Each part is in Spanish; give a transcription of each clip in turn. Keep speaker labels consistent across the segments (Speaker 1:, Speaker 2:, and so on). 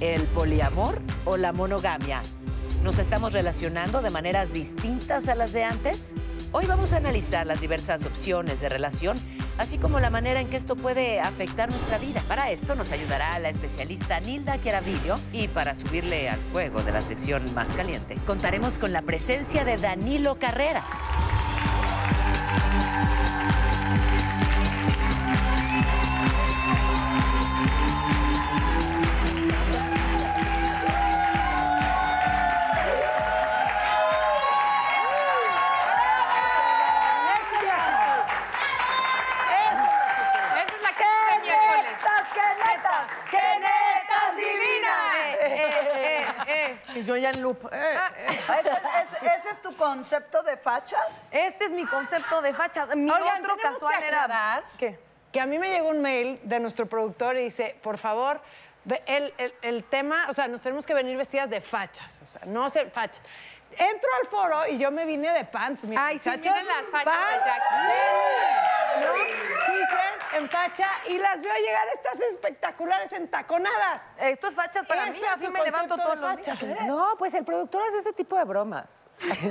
Speaker 1: el poliamor o la monogamia? ¿Nos estamos relacionando de maneras distintas a las de antes? Hoy vamos a analizar las diversas opciones de relación, así como la manera en que esto puede afectar nuestra vida. Para esto nos ayudará la especialista Nilda Chiaravillo y para subirle al fuego de la sección más caliente, contaremos con la presencia de Danilo Carrera.
Speaker 2: Esa es la que hiciste
Speaker 3: Eh,
Speaker 2: miércoles.
Speaker 3: ¡Qué netas! ¡Qué netas divinas!
Speaker 4: Y yo ya en loop. Eh, eh.
Speaker 3: eh, ¿Ese, es- ese es tu concepto de fachas?
Speaker 4: Este es mi concepto de fachas. Mi
Speaker 5: Oigan,
Speaker 4: otro
Speaker 5: tenemos
Speaker 4: casual
Speaker 5: que
Speaker 4: era-
Speaker 5: aclarar
Speaker 4: ¿Qué?
Speaker 5: que a mí me llegó un mail de nuestro productor y dice, por favor, ve- el, el- el tema, o sea, nos tenemos que venir vestidas de fachas, o sea, no ser fachas. Entro al foro y yo me vine de pants, mira,
Speaker 2: Ay, sí,
Speaker 5: muchachos,
Speaker 2: vienen las fachas de
Speaker 5: pants,
Speaker 2: Jackie.
Speaker 5: ¿no? Dicen, en facha, y las veo llegar estas espectaculares entaconadas.
Speaker 4: Esto es fachas para mí,
Speaker 5: Eso es
Speaker 4: así
Speaker 5: mi
Speaker 4: me levanto todos
Speaker 5: concepto de
Speaker 4: los
Speaker 5: fachas.
Speaker 4: días.
Speaker 1: No, pues el productor hace ese tipo de bromas.
Speaker 5: Gracias,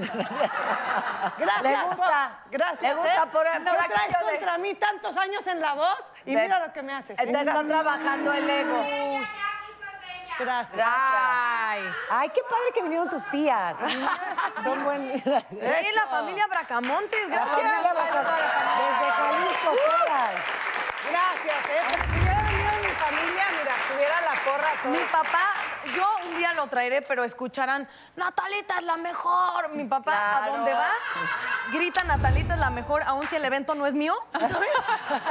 Speaker 3: Le gusta,
Speaker 5: Fox, Gracias.
Speaker 3: le gusta por-
Speaker 5: ¿Qué
Speaker 3: por
Speaker 5: traes
Speaker 3: aquello de-
Speaker 5: contra mí tantos años en la voz? Y
Speaker 3: De-
Speaker 5: mira lo que me haces. ¿eh?
Speaker 3: Te está trabajando el ego.
Speaker 5: Gracias.
Speaker 2: Ay,
Speaker 1: Ay, qué padre que vinieron tus tías. Son buen...
Speaker 4: Miren la familia Bracamontes, gracias.
Speaker 1: familia Desde Jalisco, fueras.
Speaker 5: Gracias, ¿eh? Porque si hubiera venido mi familia, mira, tuviera la porra toda.
Speaker 4: Mi papá, yo un día lo traeré, pero escucharán, Natalita es la mejor. Mi papá,
Speaker 3: Claro.
Speaker 4: ¿a dónde va? Grita, Natalita es la mejor, aun si el evento no es mío.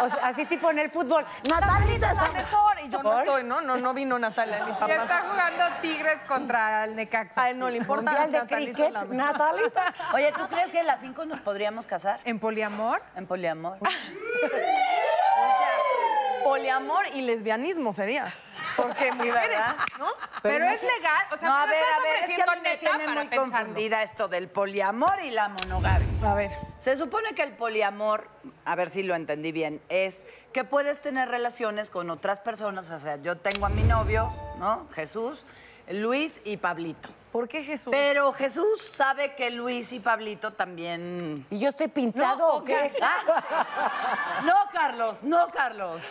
Speaker 1: O sea, así tipo en el fútbol.
Speaker 4: Natalita
Speaker 1: Natalita
Speaker 4: es la mejor. Y yo no estoy, ¿no? No, no vino Natalia, mi
Speaker 2: ya
Speaker 4: papá.
Speaker 2: está jugando Tigres contra el Necaxa.
Speaker 4: A él no le importa.
Speaker 1: Mundial de
Speaker 4: Natalita es
Speaker 1: cricket,
Speaker 4: la mejor.
Speaker 1: Natalita.
Speaker 3: Oye, ¿tú crees que las cinco nos podríamos casar
Speaker 2: ¿En poliamor?
Speaker 3: en poliamor?
Speaker 4: Poliamor y lesbianismo sería. Porque mujeres,
Speaker 3: ¿Verdad?
Speaker 4: ¿no?
Speaker 2: Pero, es legal, o sea,
Speaker 3: no,
Speaker 2: no,
Speaker 3: a ver,
Speaker 2: estás
Speaker 3: a ver, es que a
Speaker 2: ofreciendo
Speaker 3: mí me
Speaker 2: neta
Speaker 3: tiene
Speaker 2: para
Speaker 3: muy
Speaker 2: pensarlo.
Speaker 3: confundida esto del poliamor y la monogamia.
Speaker 4: A ver.
Speaker 3: Se supone que el poliamor, a ver si lo entendí bien, es que puedes tener relaciones con otras personas. O sea, yo tengo a mi novio, ¿no? Jesús, Luis y Pablito.
Speaker 4: ¿Por qué Jesús?
Speaker 3: Pero Jesús sabe que Luis y Pablito también.
Speaker 1: Y yo estoy pintado. ¿o qué?
Speaker 3: Ah, No, Carlos, no, Carlos.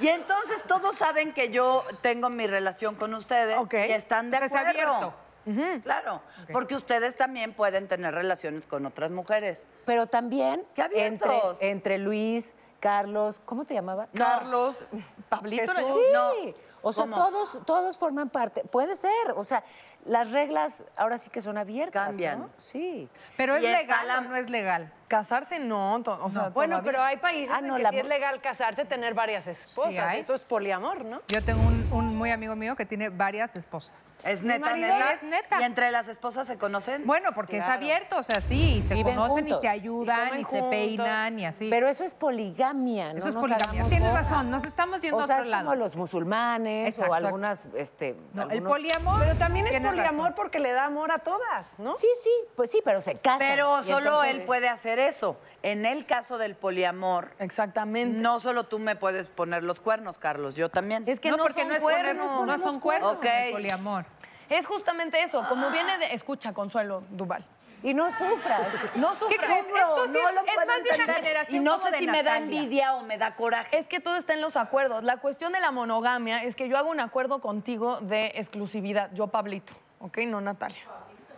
Speaker 3: Y entonces todos saben que yo tengo mi relación con ustedes
Speaker 5: Ok.
Speaker 3: y están de
Speaker 2: O sea, es
Speaker 3: acuerdo.
Speaker 2: abierto.
Speaker 3: Claro, porque ustedes también pueden tener relaciones con otras mujeres.
Speaker 1: Pero también
Speaker 3: ¡Qué
Speaker 1: entre,
Speaker 3: abiertos!
Speaker 1: entre Luis, Carlos, ¿cómo te llamaba?
Speaker 4: Carlos, Pablito,
Speaker 3: Jesús.
Speaker 4: ¿no?
Speaker 1: Sí,
Speaker 3: No.
Speaker 1: o sea,
Speaker 3: ¿Cómo?
Speaker 1: todos, todos forman parte. Puede ser, o sea, las reglas ahora sí que son abiertas.
Speaker 3: Cambian.
Speaker 1: ¿no? Sí.
Speaker 2: Pero es
Speaker 3: Y está
Speaker 2: legal
Speaker 3: la-
Speaker 2: o no es legal.
Speaker 4: Casarse no, to- o sea,
Speaker 5: Bueno,
Speaker 4: todavía.
Speaker 5: pero hay países
Speaker 1: Ah, no,
Speaker 5: en que
Speaker 1: la
Speaker 5: sí es
Speaker 1: mo-
Speaker 5: legal casarse, tener varias esposas.
Speaker 2: hay.
Speaker 5: Eso es poliamor, ¿no?
Speaker 2: Yo tengo un, un muy amigo mío que tiene varias esposas.
Speaker 3: Es neta,
Speaker 2: marido
Speaker 3: neta.
Speaker 2: es neta.
Speaker 3: Y entre las esposas se conocen.
Speaker 2: Bueno, porque es abierto, o sea, sí, y se
Speaker 1: Viven
Speaker 2: conocen
Speaker 1: juntos.
Speaker 2: y se ayudan
Speaker 5: comen
Speaker 2: y, se
Speaker 5: juntos.
Speaker 2: peinan y así.
Speaker 1: Pero eso es poligamia, ¿no?
Speaker 2: Eso es
Speaker 1: nos
Speaker 2: poligamia.
Speaker 1: hagamos
Speaker 2: Tienes
Speaker 1: bolas.
Speaker 2: razón, nos estamos yendo
Speaker 1: o
Speaker 2: a
Speaker 1: sea,
Speaker 2: otro
Speaker 1: es
Speaker 2: lado.
Speaker 1: como los musulmanes
Speaker 2: Exacto.
Speaker 1: o algunas, este...
Speaker 2: No, el
Speaker 1: algunos-
Speaker 2: poliamor.
Speaker 5: Pero también es
Speaker 2: tienes
Speaker 5: poliamor
Speaker 2: razón.
Speaker 5: porque le da amor a todas, ¿no?
Speaker 1: Sí, sí, pues sí, pero se casan.
Speaker 3: Pero
Speaker 1: Y
Speaker 3: solo
Speaker 1: entonces-
Speaker 3: él puede hacer eso. En el caso del poliamor,
Speaker 4: Exactamente.
Speaker 3: no solo tú me puedes poner los cuernos, Carlos, yo también.
Speaker 4: Es que no,
Speaker 2: porque
Speaker 4: son
Speaker 2: no es
Speaker 4: cuernos,
Speaker 2: ponernos-
Speaker 4: no
Speaker 2: no
Speaker 4: ponemos
Speaker 2: son cuernos en el
Speaker 3: Ok.
Speaker 2: poliamor.
Speaker 4: Es justamente eso, como viene de. Escucha, Consuelo Duval.
Speaker 1: Y no sufras.
Speaker 3: no sufro,
Speaker 2: ¿Qué crees? Esto sí
Speaker 3: no
Speaker 2: es-
Speaker 3: lo
Speaker 2: es
Speaker 3: puedo
Speaker 2: más de una
Speaker 3: entender.
Speaker 2: generación
Speaker 3: Y no
Speaker 2: como
Speaker 3: sé
Speaker 2: de
Speaker 3: si me da
Speaker 2: Natalia.
Speaker 3: envidia o me da coraje.
Speaker 4: Es que todo está en los acuerdos. La cuestión de la monogamia es que yo hago un acuerdo contigo de exclusividad. Yo, Pablito, ¿ok? No, Natalia.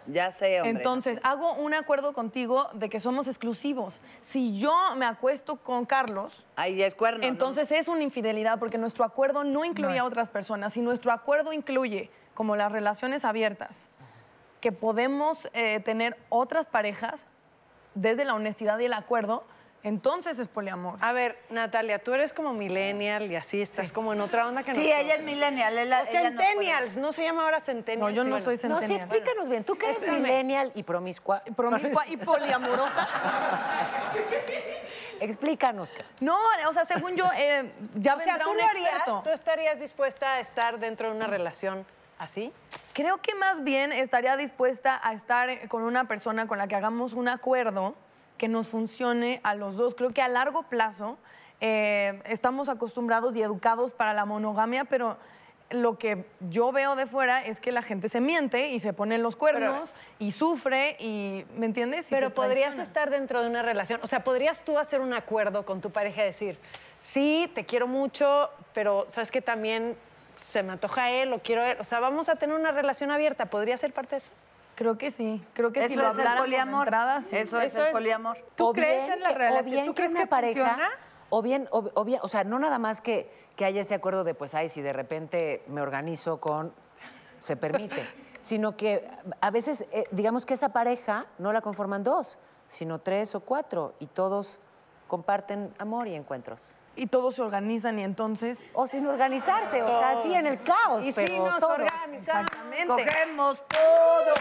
Speaker 3: Ya sé, hombre.
Speaker 4: Entonces, hago un acuerdo contigo de que somos exclusivos. Si yo me acuesto con Carlos,
Speaker 3: Ahí ya es cuerno. ¿no?
Speaker 4: entonces es una infidelidad porque nuestro acuerdo no incluye a otras personas y nuestro acuerdo incluye como las relaciones abiertas que podemos eh, tener otras parejas desde la honestidad y el acuerdo, entonces es poliamor.
Speaker 5: A ver, Natalia, tú eres como millennial y así estás como en otra onda que
Speaker 3: Sí,
Speaker 5: nosotros.
Speaker 3: ella es millennial. Ella,
Speaker 5: O
Speaker 3: ella no puede.
Speaker 5: Centennials, no, se llama ahora centennials.
Speaker 4: No, yo no
Speaker 5: Bueno,
Speaker 4: soy
Speaker 1: No, sí,
Speaker 4: centennial.
Speaker 1: explícanos bien. Tú que eres
Speaker 5: Explícame.
Speaker 1: millennial y promiscua,
Speaker 4: Promiscua y poliamorosa.
Speaker 1: explícanos.
Speaker 4: No, o sea, según yo, eh, ya
Speaker 5: O sea,
Speaker 4: vendrá
Speaker 5: tú
Speaker 4: un
Speaker 5: lo
Speaker 4: experto.
Speaker 5: harías, tú estarías dispuesta a estar dentro de una relación así.
Speaker 4: Creo que más bien estaría dispuesta a estar eh, con una persona con la que hagamos un acuerdo que nos funcione a los dos. Creo que a largo plazo eh, estamos acostumbrados y educados para la monogamia, pero lo que yo veo de fuera es que la gente se miente y se pone los cuernos y sufre y, ¿me entiendes? Y
Speaker 5: Pero
Speaker 4: se
Speaker 5: podrías
Speaker 4: traiciona.
Speaker 5: estar dentro de una relación, o sea, podrías tú hacer un acuerdo con tu pareja y decir, sí, te quiero mucho, pero sabes que también se me antoja él o quiero él, o sea, vamos a tener una relación abierta, podría ser parte de eso.
Speaker 4: Creo que sí, creo que
Speaker 3: Eso
Speaker 4: si lo
Speaker 3: es el
Speaker 4: hablaran con
Speaker 3: poliamor.
Speaker 4: entrada, sí.
Speaker 3: Eso es
Speaker 5: Eso
Speaker 3: el
Speaker 5: es-
Speaker 3: poliamor.
Speaker 2: ¿Tú
Speaker 1: O
Speaker 2: crees
Speaker 1: bien
Speaker 2: en la
Speaker 1: que- o
Speaker 2: relación?
Speaker 1: bien
Speaker 2: ¿Tú crees
Speaker 1: una
Speaker 2: que funciona?
Speaker 1: O bien, o, o bien- o sea, no nada más que, que haya ese acuerdo de, pues, ay, si de repente me organizo con, se permite, sino que a veces, eh, digamos que esa pareja no la conforman dos, sino tres o cuatro, y todos comparten amor y encuentros.
Speaker 4: Y todos se organizan y entonces...
Speaker 1: O sin organizarse, o sea, así en el caos.
Speaker 5: Y
Speaker 1: pero
Speaker 5: sí nos
Speaker 1: todo.
Speaker 5: organizamos.
Speaker 4: Exactamente.
Speaker 3: Cogemos todo.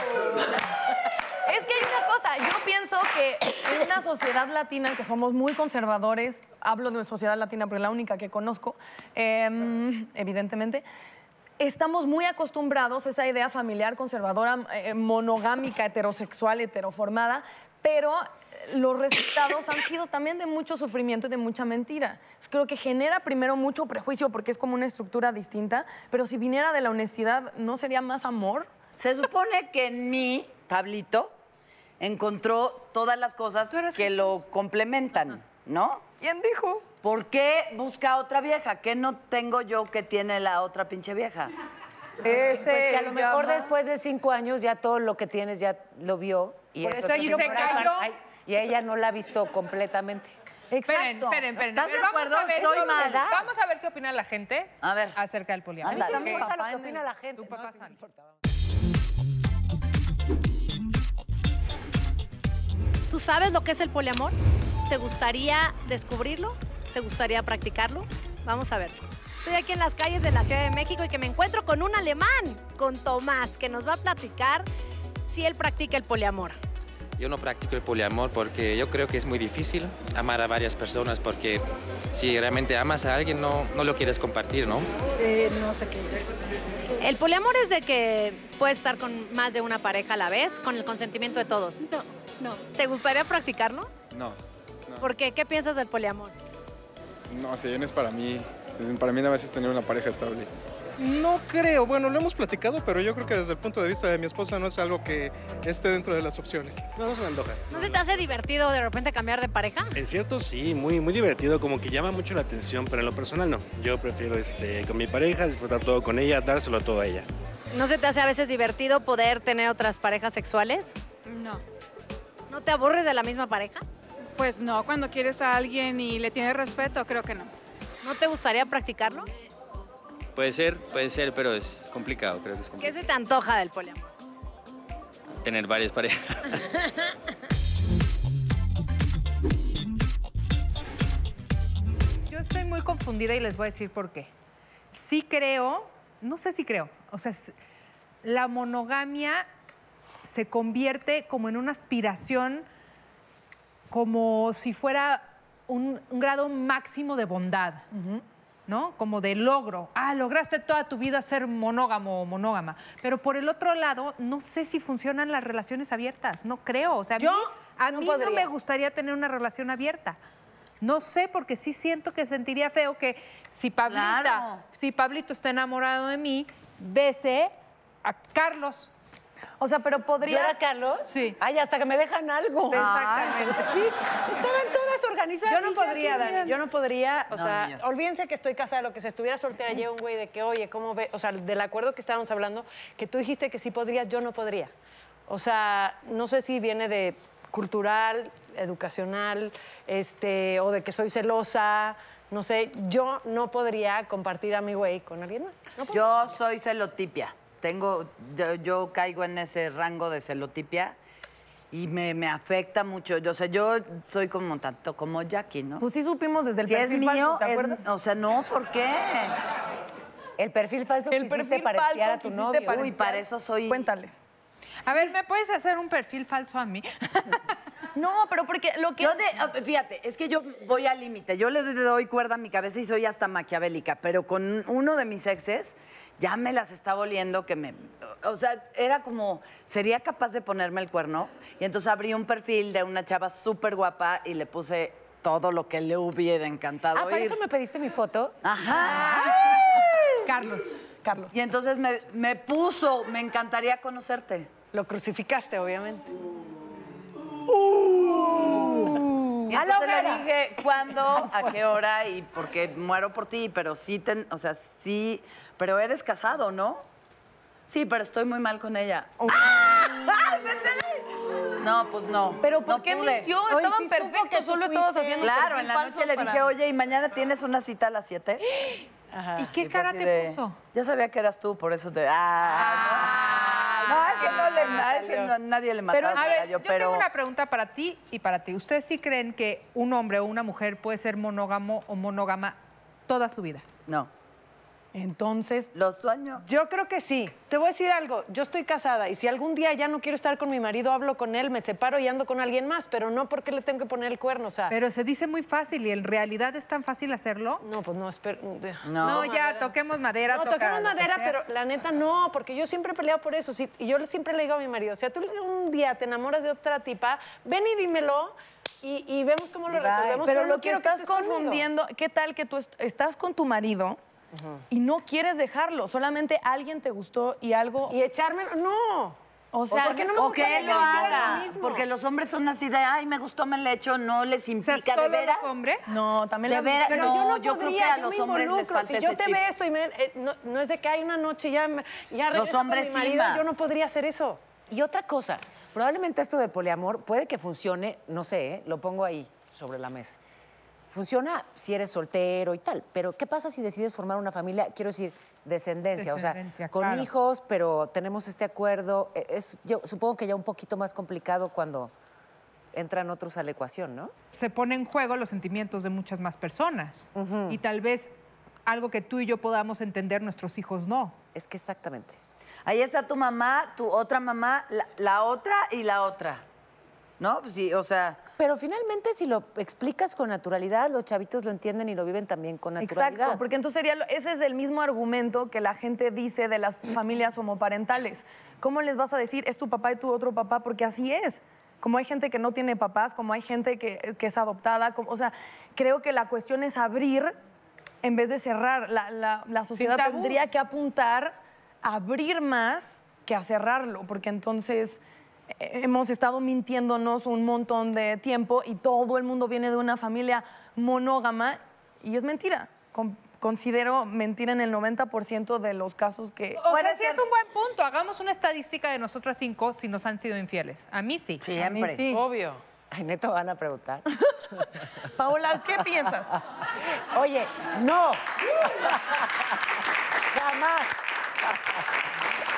Speaker 4: Es que hay una cosa, yo pienso que en una sociedad latina, que somos muy conservadores, hablo de sociedad latina porque es la única que conozco, em, evidentemente, estamos muy acostumbrados a esa idea familiar conservadora, eh, monogámica, heterosexual, heteroformada, pero los resultados han sido también de mucho sufrimiento y de mucha mentira. Entonces, Creo que genera primero mucho prejuicio porque es como una estructura distinta, pero si viniera de la honestidad, ¿no sería más amor?
Speaker 3: Se supone que en mí, Pablito, encontró todas las cosas que lo complementan, ¿no?
Speaker 4: ¿Quién dijo?
Speaker 3: ¿Por qué busca a otra vieja? ¿Qué no tengo yo que tiene la otra pinche vieja?
Speaker 5: Ese
Speaker 1: Pues que a lo mejor
Speaker 5: llama-
Speaker 1: después de cinco años ya todo lo que tienes ya lo vio. Y
Speaker 5: Por
Speaker 1: eso
Speaker 5: eso ahí
Speaker 1: te-
Speaker 5: se
Speaker 2: cayó.
Speaker 1: Ay, Y a ella no la ha visto completamente.
Speaker 2: Esperen,
Speaker 4: Exacto.
Speaker 2: esperen, esperen.
Speaker 3: ¿Estás
Speaker 2: A ver,
Speaker 3: de
Speaker 2: vamos
Speaker 3: acuerdo?
Speaker 2: a ver
Speaker 3: Estoy
Speaker 2: qué-
Speaker 3: mal.
Speaker 2: Vamos a ver qué opina la gente
Speaker 3: A ver.
Speaker 2: acerca del poliamor.
Speaker 3: Ándale.
Speaker 2: Porque
Speaker 1: No me importa lo que opina la gente.
Speaker 2: tu
Speaker 1: ¿no?
Speaker 2: papá sale.
Speaker 6: ¿Tú sabes lo que es el poliamor? ¿Te gustaría descubrirlo? ¿Te gustaría practicarlo? Vamos a ver. Estoy aquí en las calles de la Ciudad de México y que me encuentro con un alemán, con Tomás, que nos va a platicar si él practica el poliamor.
Speaker 7: Yo no practico el poliamor porque yo creo que es muy difícil amar a varias personas porque si realmente amas a alguien no, no lo quieres compartir, ¿no?
Speaker 6: no sé qué es. El poliamor es de que puedes estar con más de una pareja a la vez, con el consentimiento de todos. No, no. ¿Te gustaría practicarlo?
Speaker 8: No, no.
Speaker 6: ¿Por qué? ¿Qué piensas del poliamor?
Speaker 8: No, si bien es para mí. Es- Para mí nada más es tener una pareja estable. No creo, bueno, lo hemos platicado, pero yo creo que desde el punto de vista de mi esposa no es algo que esté dentro de las opciones. No, no se me antoja.
Speaker 6: ¿No se te hace divertido de repente cambiar de pareja?
Speaker 9: En cierto, sí, muy, muy divertido, como que llama mucho la atención, pero en lo personal no. Yo prefiero este, con mi pareja, disfrutar todo con ella, dárselo todo a ella.
Speaker 6: ¿No se te hace a veces divertido poder tener otras parejas sexuales?
Speaker 10: No,
Speaker 6: ¿No te aburres de la misma pareja?
Speaker 10: pues no, cuando quieres a alguien y le tienes respeto, creo que no.
Speaker 6: ¿No te gustaría practicarlo?
Speaker 11: Puede ser, puede ser, pero es complicado, creo que es
Speaker 6: ¿Qué
Speaker 11: complicado.
Speaker 6: se te antoja del poliamor?
Speaker 11: Tener varias parejas.
Speaker 2: Yo estoy muy confundida y les voy a decir por qué. Sí creo, no sé si creo, o sea, s- la monogamia se convierte como en una aspiración, como si fuera un, un grado máximo de bondad, ¿no? Como de logro. Ah, lograste toda tu vida ser monógamo o monógama. Pero por el otro lado, no sé si funcionan las relaciones abiertas, no creo. O sea, a
Speaker 5: Yo
Speaker 2: mí, a
Speaker 5: no
Speaker 2: mí no me
Speaker 5: podría.
Speaker 2: gustaría tener una relación abierta. No sé, porque sí siento que sentiría feo que si Pablita,
Speaker 3: Claro.
Speaker 2: si Pablito está enamorado de mí, bese a Carlos.
Speaker 4: O sea, pero
Speaker 1: ¿Yo
Speaker 4: podrías...
Speaker 1: era Carlos?
Speaker 2: Sí. Ah.
Speaker 1: Ay, hasta que me dejan algo.
Speaker 2: Exactamente.
Speaker 1: Sí, estaban todas organizadas.
Speaker 5: Yo no
Speaker 1: y ya
Speaker 5: podría,
Speaker 1: tenían-
Speaker 5: Dani, yo no podría, o
Speaker 3: No,
Speaker 5: sea,
Speaker 3: ni yo.
Speaker 5: olvídense que estoy casada, lo que si estuviera soltera llega un güey de que, oye, ¿cómo ve? O sea, del acuerdo que estábamos hablando, que tú dijiste que sí podría, yo no podría. O sea, no sé si viene de cultural, educacional, este, o de que soy celosa, no sé, yo no podría compartir a mi güey con alguien más. No podría.
Speaker 3: Yo soy celotipia. Tengo, yo, yo caigo en ese rango de celotipia y me, me afecta mucho. Yo, o sea, yo soy como tanto como Jackie, ¿no?
Speaker 4: Pues sí supimos desde el
Speaker 3: si es
Speaker 4: perfil falso,
Speaker 3: mío,
Speaker 4: ¿te
Speaker 3: es-
Speaker 4: acuerdas?
Speaker 3: o sea, no, ¿por qué?
Speaker 1: El perfil falso
Speaker 4: El
Speaker 1: que hiciste
Speaker 4: perfil
Speaker 1: para espiar
Speaker 4: falso
Speaker 1: a tu
Speaker 4: que hiciste
Speaker 1: novio.
Speaker 4: para
Speaker 3: Uy,
Speaker 4: espiar.
Speaker 3: para eso soy-
Speaker 4: Cuéntales.
Speaker 2: A ver, ¿me puedes hacer un perfil falso a mí?
Speaker 4: No, pero porque lo que...
Speaker 3: Yo de- ah, fíjate, es que yo voy al límite. Yo le doy cuerda a mi cabeza y soy hasta maquiavélica, pero con uno de mis exes ya me las estaba oliendo que me. O sea, era como, sería capaz de ponerme el cuerno. Y entonces abrí un perfil de una chava súper guapa y le puse todo lo que le hubiera encantado
Speaker 1: Ah, ¿para
Speaker 3: oír.
Speaker 1: eso me pediste mi foto?
Speaker 3: Ajá.
Speaker 2: Carlos.
Speaker 4: Carlos.
Speaker 3: Y entonces me, me puso, me encantaría conocerte.
Speaker 5: Lo crucificaste, obviamente.
Speaker 3: Y entonces le dije cuándo, a qué hora y porque muero por ti, pero sí, ten- o sea, sí, pero eres casado, ¿no? Sí, pero estoy muy mal con ella. ¡Ah! ¡Ay, métele! No, pues no.
Speaker 4: Pero ¿por
Speaker 3: no
Speaker 4: qué
Speaker 3: pude.
Speaker 4: mintió? Oye, Estaban sí supo perfectos, que tú solo estabas fuiste. haciendo un
Speaker 3: Claro,
Speaker 4: perfil
Speaker 3: en la
Speaker 4: falso
Speaker 3: noche le
Speaker 4: para-
Speaker 3: dije, oye, ¿y mañana tienes una cita a las 7?
Speaker 1: Ah,
Speaker 2: ¿Y qué cara te puso?
Speaker 3: Ya sabía que eras tú, por eso te... ¡Ah! no, a ese no le- a ese no- nadie le mataba.
Speaker 2: Pero a ver,
Speaker 3: gallo,
Speaker 2: yo tengo una pregunta para ti y para ti. ¿Ustedes sí creen que un hombre o una mujer puede ser monógamo o monógama toda su vida?
Speaker 3: No.
Speaker 5: Entonces.
Speaker 3: Los sueños.
Speaker 5: Yo creo que sí. Te voy a decir algo. Yo estoy casada y si algún día ya no quiero estar con mi marido, hablo con él, me separo y ando con alguien más, pero no porque le tengo que poner el cuerno. O sea.
Speaker 2: Pero se dice muy fácil y en realidad es tan fácil hacerlo.
Speaker 5: No, pues no, espera.
Speaker 2: No, ya, toquemos madera.
Speaker 5: No,
Speaker 2: toca
Speaker 5: toquemos
Speaker 2: lo que
Speaker 5: madera,
Speaker 2: sea.
Speaker 5: pero la neta no, porque yo siempre he peleado por eso. Si- y yo le- siempre le digo a mi marido, si tú un día te enamoras de otra tipa, ven y dímelo y, y vemos cómo lo
Speaker 4: Bye.
Speaker 5: resolvemos.
Speaker 4: Pero
Speaker 5: no
Speaker 4: lo que
Speaker 5: quiero
Speaker 4: estás
Speaker 5: estés conmigo.
Speaker 4: confundiendo, ¿qué tal que tú est- estás con tu marido y no quieres dejarlo? Solamente alguien te gustó y algo.
Speaker 5: Y echarme, no.
Speaker 4: O sea,
Speaker 5: ¿por qué no me
Speaker 4: o
Speaker 5: gusta
Speaker 4: que
Speaker 5: que
Speaker 4: él
Speaker 5: me
Speaker 4: lo
Speaker 5: hicieran
Speaker 4: haga?
Speaker 5: lo mismo?
Speaker 3: Porque los hombres son así de, ay, me gustó, me le echo, no les implica de
Speaker 2: ¿solo los
Speaker 3: veras.
Speaker 2: hombres?
Speaker 4: No, también
Speaker 3: De
Speaker 4: la-
Speaker 3: veras,
Speaker 5: Pero
Speaker 3: no,
Speaker 5: yo no
Speaker 3: yo creo que
Speaker 5: podría,
Speaker 3: a
Speaker 5: yo
Speaker 3: los
Speaker 5: me
Speaker 3: hombres les
Speaker 5: involucro.
Speaker 3: falta
Speaker 5: Si
Speaker 3: ese
Speaker 5: yo te
Speaker 3: chip.
Speaker 5: beso y me, eh, no, no es de que hay una noche y ya, me- ya
Speaker 3: Los
Speaker 5: regreso con
Speaker 3: hombres
Speaker 5: mi marido,
Speaker 3: Silva.
Speaker 5: yo no podría hacer eso.
Speaker 1: Y otra cosa, probablemente esto de poliamor puede que funcione, no sé, ¿eh? lo pongo ahí sobre la mesa. Funciona si eres soltero y tal, pero ¿qué pasa si decides formar una familia? Quiero decir, descendencia, o sea,
Speaker 2: Descendencia,
Speaker 1: con
Speaker 2: claro.
Speaker 1: hijos, pero tenemos este acuerdo. E- Es, yo supongo que ya un poquito más complicado cuando entran otros a la ecuación, ¿no?
Speaker 2: se pone en juego los sentimientos de muchas más personas. Y tal vez algo que tú y yo podamos entender, nuestros hijos no.
Speaker 1: Es que exactamente.
Speaker 3: Ahí está tu mamá, tu otra mamá, la, la otra y la otra. ¿No? Pues sí, o sea,
Speaker 1: Pero finalmente, si lo explicas con naturalidad, los chavitos lo entienden y lo viven también con naturalidad.
Speaker 4: Exacto, porque entonces sería, lo- ese es el mismo argumento que la gente dice de las familias homoparentales. ¿Cómo les vas a decir es tu papá y tu otro papá? Porque así es. Como hay gente que no tiene papás, como hay gente que, que es adoptada, como- o sea, creo que la cuestión es abrir en vez de cerrar. La, la- la sociedad
Speaker 5: tabús.
Speaker 4: tendría que apuntar a abrir más que a cerrarlo, porque entonces eh, hemos estado mintiéndonos un montón de tiempo y todo el mundo viene de una familia monógama y es mentira. Con- considero mentira en el 90% de los casos que...
Speaker 2: O
Speaker 4: Puede
Speaker 2: sea, sí
Speaker 4: ser-
Speaker 2: es un buen punto. Hagamos una estadística de nosotras cinco si nos han sido infieles. A mí sí.
Speaker 4: A mí
Speaker 3: siempre.
Speaker 4: sí.
Speaker 5: Obvio.
Speaker 1: Ay, neto, van a preguntar.
Speaker 4: Paola, ¿qué piensas?
Speaker 1: Oye, no. Jamás.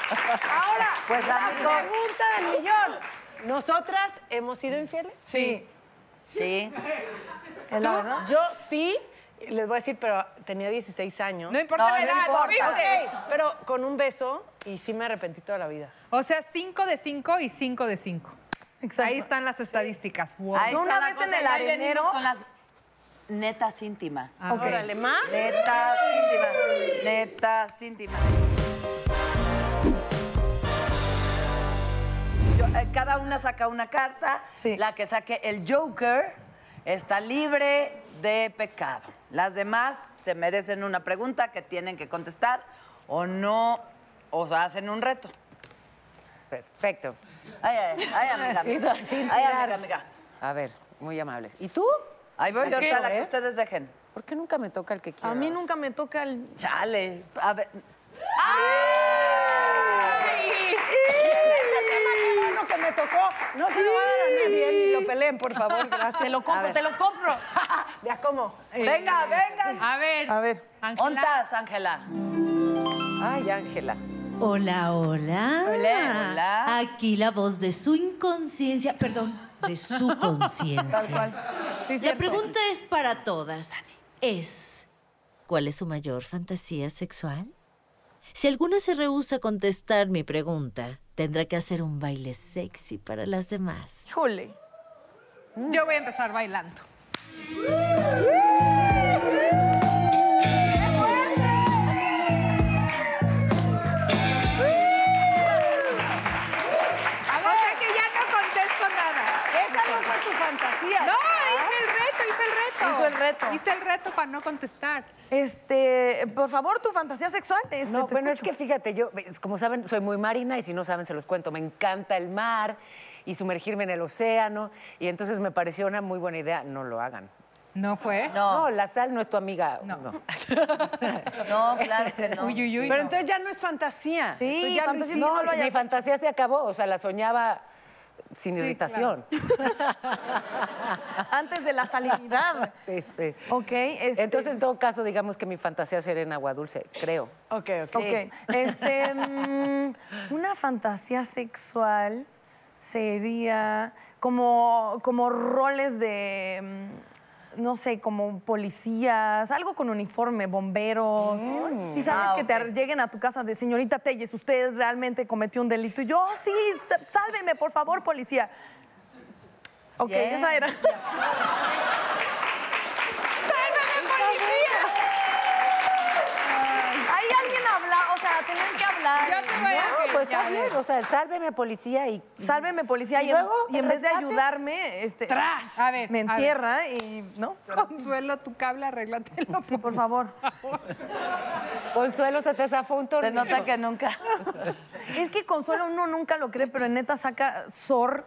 Speaker 5: Ahora,
Speaker 3: Pues,
Speaker 5: la
Speaker 3: amigos.
Speaker 5: pregunta del millón. ¿Nosotras hemos sido infieles?
Speaker 4: Sí.
Speaker 3: sí.
Speaker 4: Es la verdad.
Speaker 5: Yo sí, les voy a decir, pero tenía 16 años.
Speaker 2: No importa
Speaker 3: No,
Speaker 2: la
Speaker 3: no
Speaker 2: edad, ¿lo
Speaker 3: importa.
Speaker 2: viste?
Speaker 5: Ok, pero con un beso y sí me arrepentí toda la vida.
Speaker 2: O sea, cinco de cinco y cinco de cinco.
Speaker 4: Exacto.
Speaker 2: Ahí están las estadísticas. Wow.
Speaker 3: Ahí
Speaker 4: Yo
Speaker 3: está
Speaker 4: una
Speaker 3: la
Speaker 4: vez
Speaker 3: cosa,
Speaker 4: en el
Speaker 3: y ahí venimos
Speaker 4: arenero-
Speaker 3: Con las netas íntimas.
Speaker 2: Ah, Ok.
Speaker 5: Órale, más.
Speaker 3: Netas íntimas. Netas íntimas. Yo, eh, cada una saca una carta.
Speaker 4: Sí.
Speaker 3: La que saque el Joker está libre de pecado. Las demás se merecen una pregunta que tienen que contestar o no, o sea, hacen un reto.
Speaker 1: Perfecto.
Speaker 3: Ay, ay, ay, amiga. amiga. Ay, amiga, amiga.
Speaker 1: A ver, muy amables. ¿Y tú?
Speaker 3: Ahí voy yo, o sea, la que
Speaker 1: ¿eh?
Speaker 3: ustedes dejen.
Speaker 1: ¿Por qué nunca me toca el que quiero?
Speaker 4: A mí nunca me toca el...
Speaker 3: Chale. A ver.
Speaker 5: Este tema, qué bueno que me tocó. No se lo va a dar a nadie, ni lo peleen, por favor, gracias.
Speaker 4: Te lo compro, te lo compro.
Speaker 5: ¿Ya cómo?
Speaker 3: Venga, venga.
Speaker 2: A ver.
Speaker 4: A ver.
Speaker 2: Ángela.
Speaker 3: ¿Ontas, Ángela?
Speaker 1: Ay, Ángela.
Speaker 12: Hola, hola.
Speaker 3: Hola, hola.
Speaker 12: Aquí la voz de su inconsciencia, perdón, de su conciencia.
Speaker 4: Sí,
Speaker 12: la
Speaker 4: cierto.
Speaker 12: pregunta es para todas. Es, ¿cuál es su mayor fantasía sexual? Si alguna se rehúsa a contestar mi pregunta, tendrá que hacer un baile sexy para las demás.
Speaker 4: Híjole.
Speaker 2: Yo voy a empezar bailando. A ver, que ya no contesto nada.
Speaker 5: Esa no fue tu fantasía.
Speaker 2: No, hice el reto, hice el reto.
Speaker 5: Hizo el reto.
Speaker 2: Hice el reto para no contestar.
Speaker 4: Este, por favor, tu fantasía sexual. este,
Speaker 1: No,
Speaker 4: te
Speaker 1: bueno, es
Speaker 4: escucho.
Speaker 1: que fíjate, yo, ves, como saben, soy muy marina y si no saben, se los cuento. Me encanta el mar y sumergirme en el océano. Y entonces me pareció una muy buena idea. No lo hagan.
Speaker 2: ¿No fue?
Speaker 1: No, la sal no es tu amiga. No.
Speaker 3: No, claro que no.
Speaker 2: Uy, uy, uy,
Speaker 5: Pero
Speaker 2: no.
Speaker 5: entonces ya no es fantasía.
Speaker 4: Sí,
Speaker 5: Eso ya lo
Speaker 4: fantasía
Speaker 5: hiciste.
Speaker 4: no lo hayas
Speaker 1: mi fantasía se acabó. O sea, la soñaba sin
Speaker 4: Sí,
Speaker 1: irritación.
Speaker 4: Antes de la salinidad.
Speaker 1: Sí, sí.
Speaker 4: Ok, este-
Speaker 1: Entonces, en todo caso, digamos que mi fantasía sería en agua dulce, creo.
Speaker 5: Ok, ok.
Speaker 4: Ok. Este, mm, una fantasía sexual sería como, como roles de, mm, no sé, como policías, algo con uniforme, bomberos. Si sabes
Speaker 3: Ah,
Speaker 4: que te
Speaker 3: ok.
Speaker 4: ar- lleguen a tu casa de señorita Telles, usted realmente cometió un delito. Y yo, "Oh, sí, sa- sálveme, por favor, policía. Ok,
Speaker 3: Bien.
Speaker 4: esa era. Ahí alguien habla, o sea, tenían que hablar.
Speaker 2: Yo te voy a
Speaker 1: No,
Speaker 2: que-
Speaker 1: pues
Speaker 2: Ah, ya,
Speaker 1: está bien. O sea, sálveme, policía, y
Speaker 4: Sálveme, policía.
Speaker 1: ¿Y
Speaker 4: Y, en-
Speaker 1: luego?
Speaker 4: y en vez de
Speaker 1: ¿Rescate?
Speaker 4: ayudarme, este,
Speaker 2: A ver,
Speaker 4: me
Speaker 2: a ver.
Speaker 4: encierra y, ¿no?
Speaker 2: Consuelo, tu cable, arréglatelo.
Speaker 4: Por favor.
Speaker 1: Consuelo se te zafó un
Speaker 3: Se
Speaker 1: tornillo.
Speaker 3: nota que nunca.
Speaker 4: Es que Consuelo uno nunca lo cree, pero en neta saca Sor,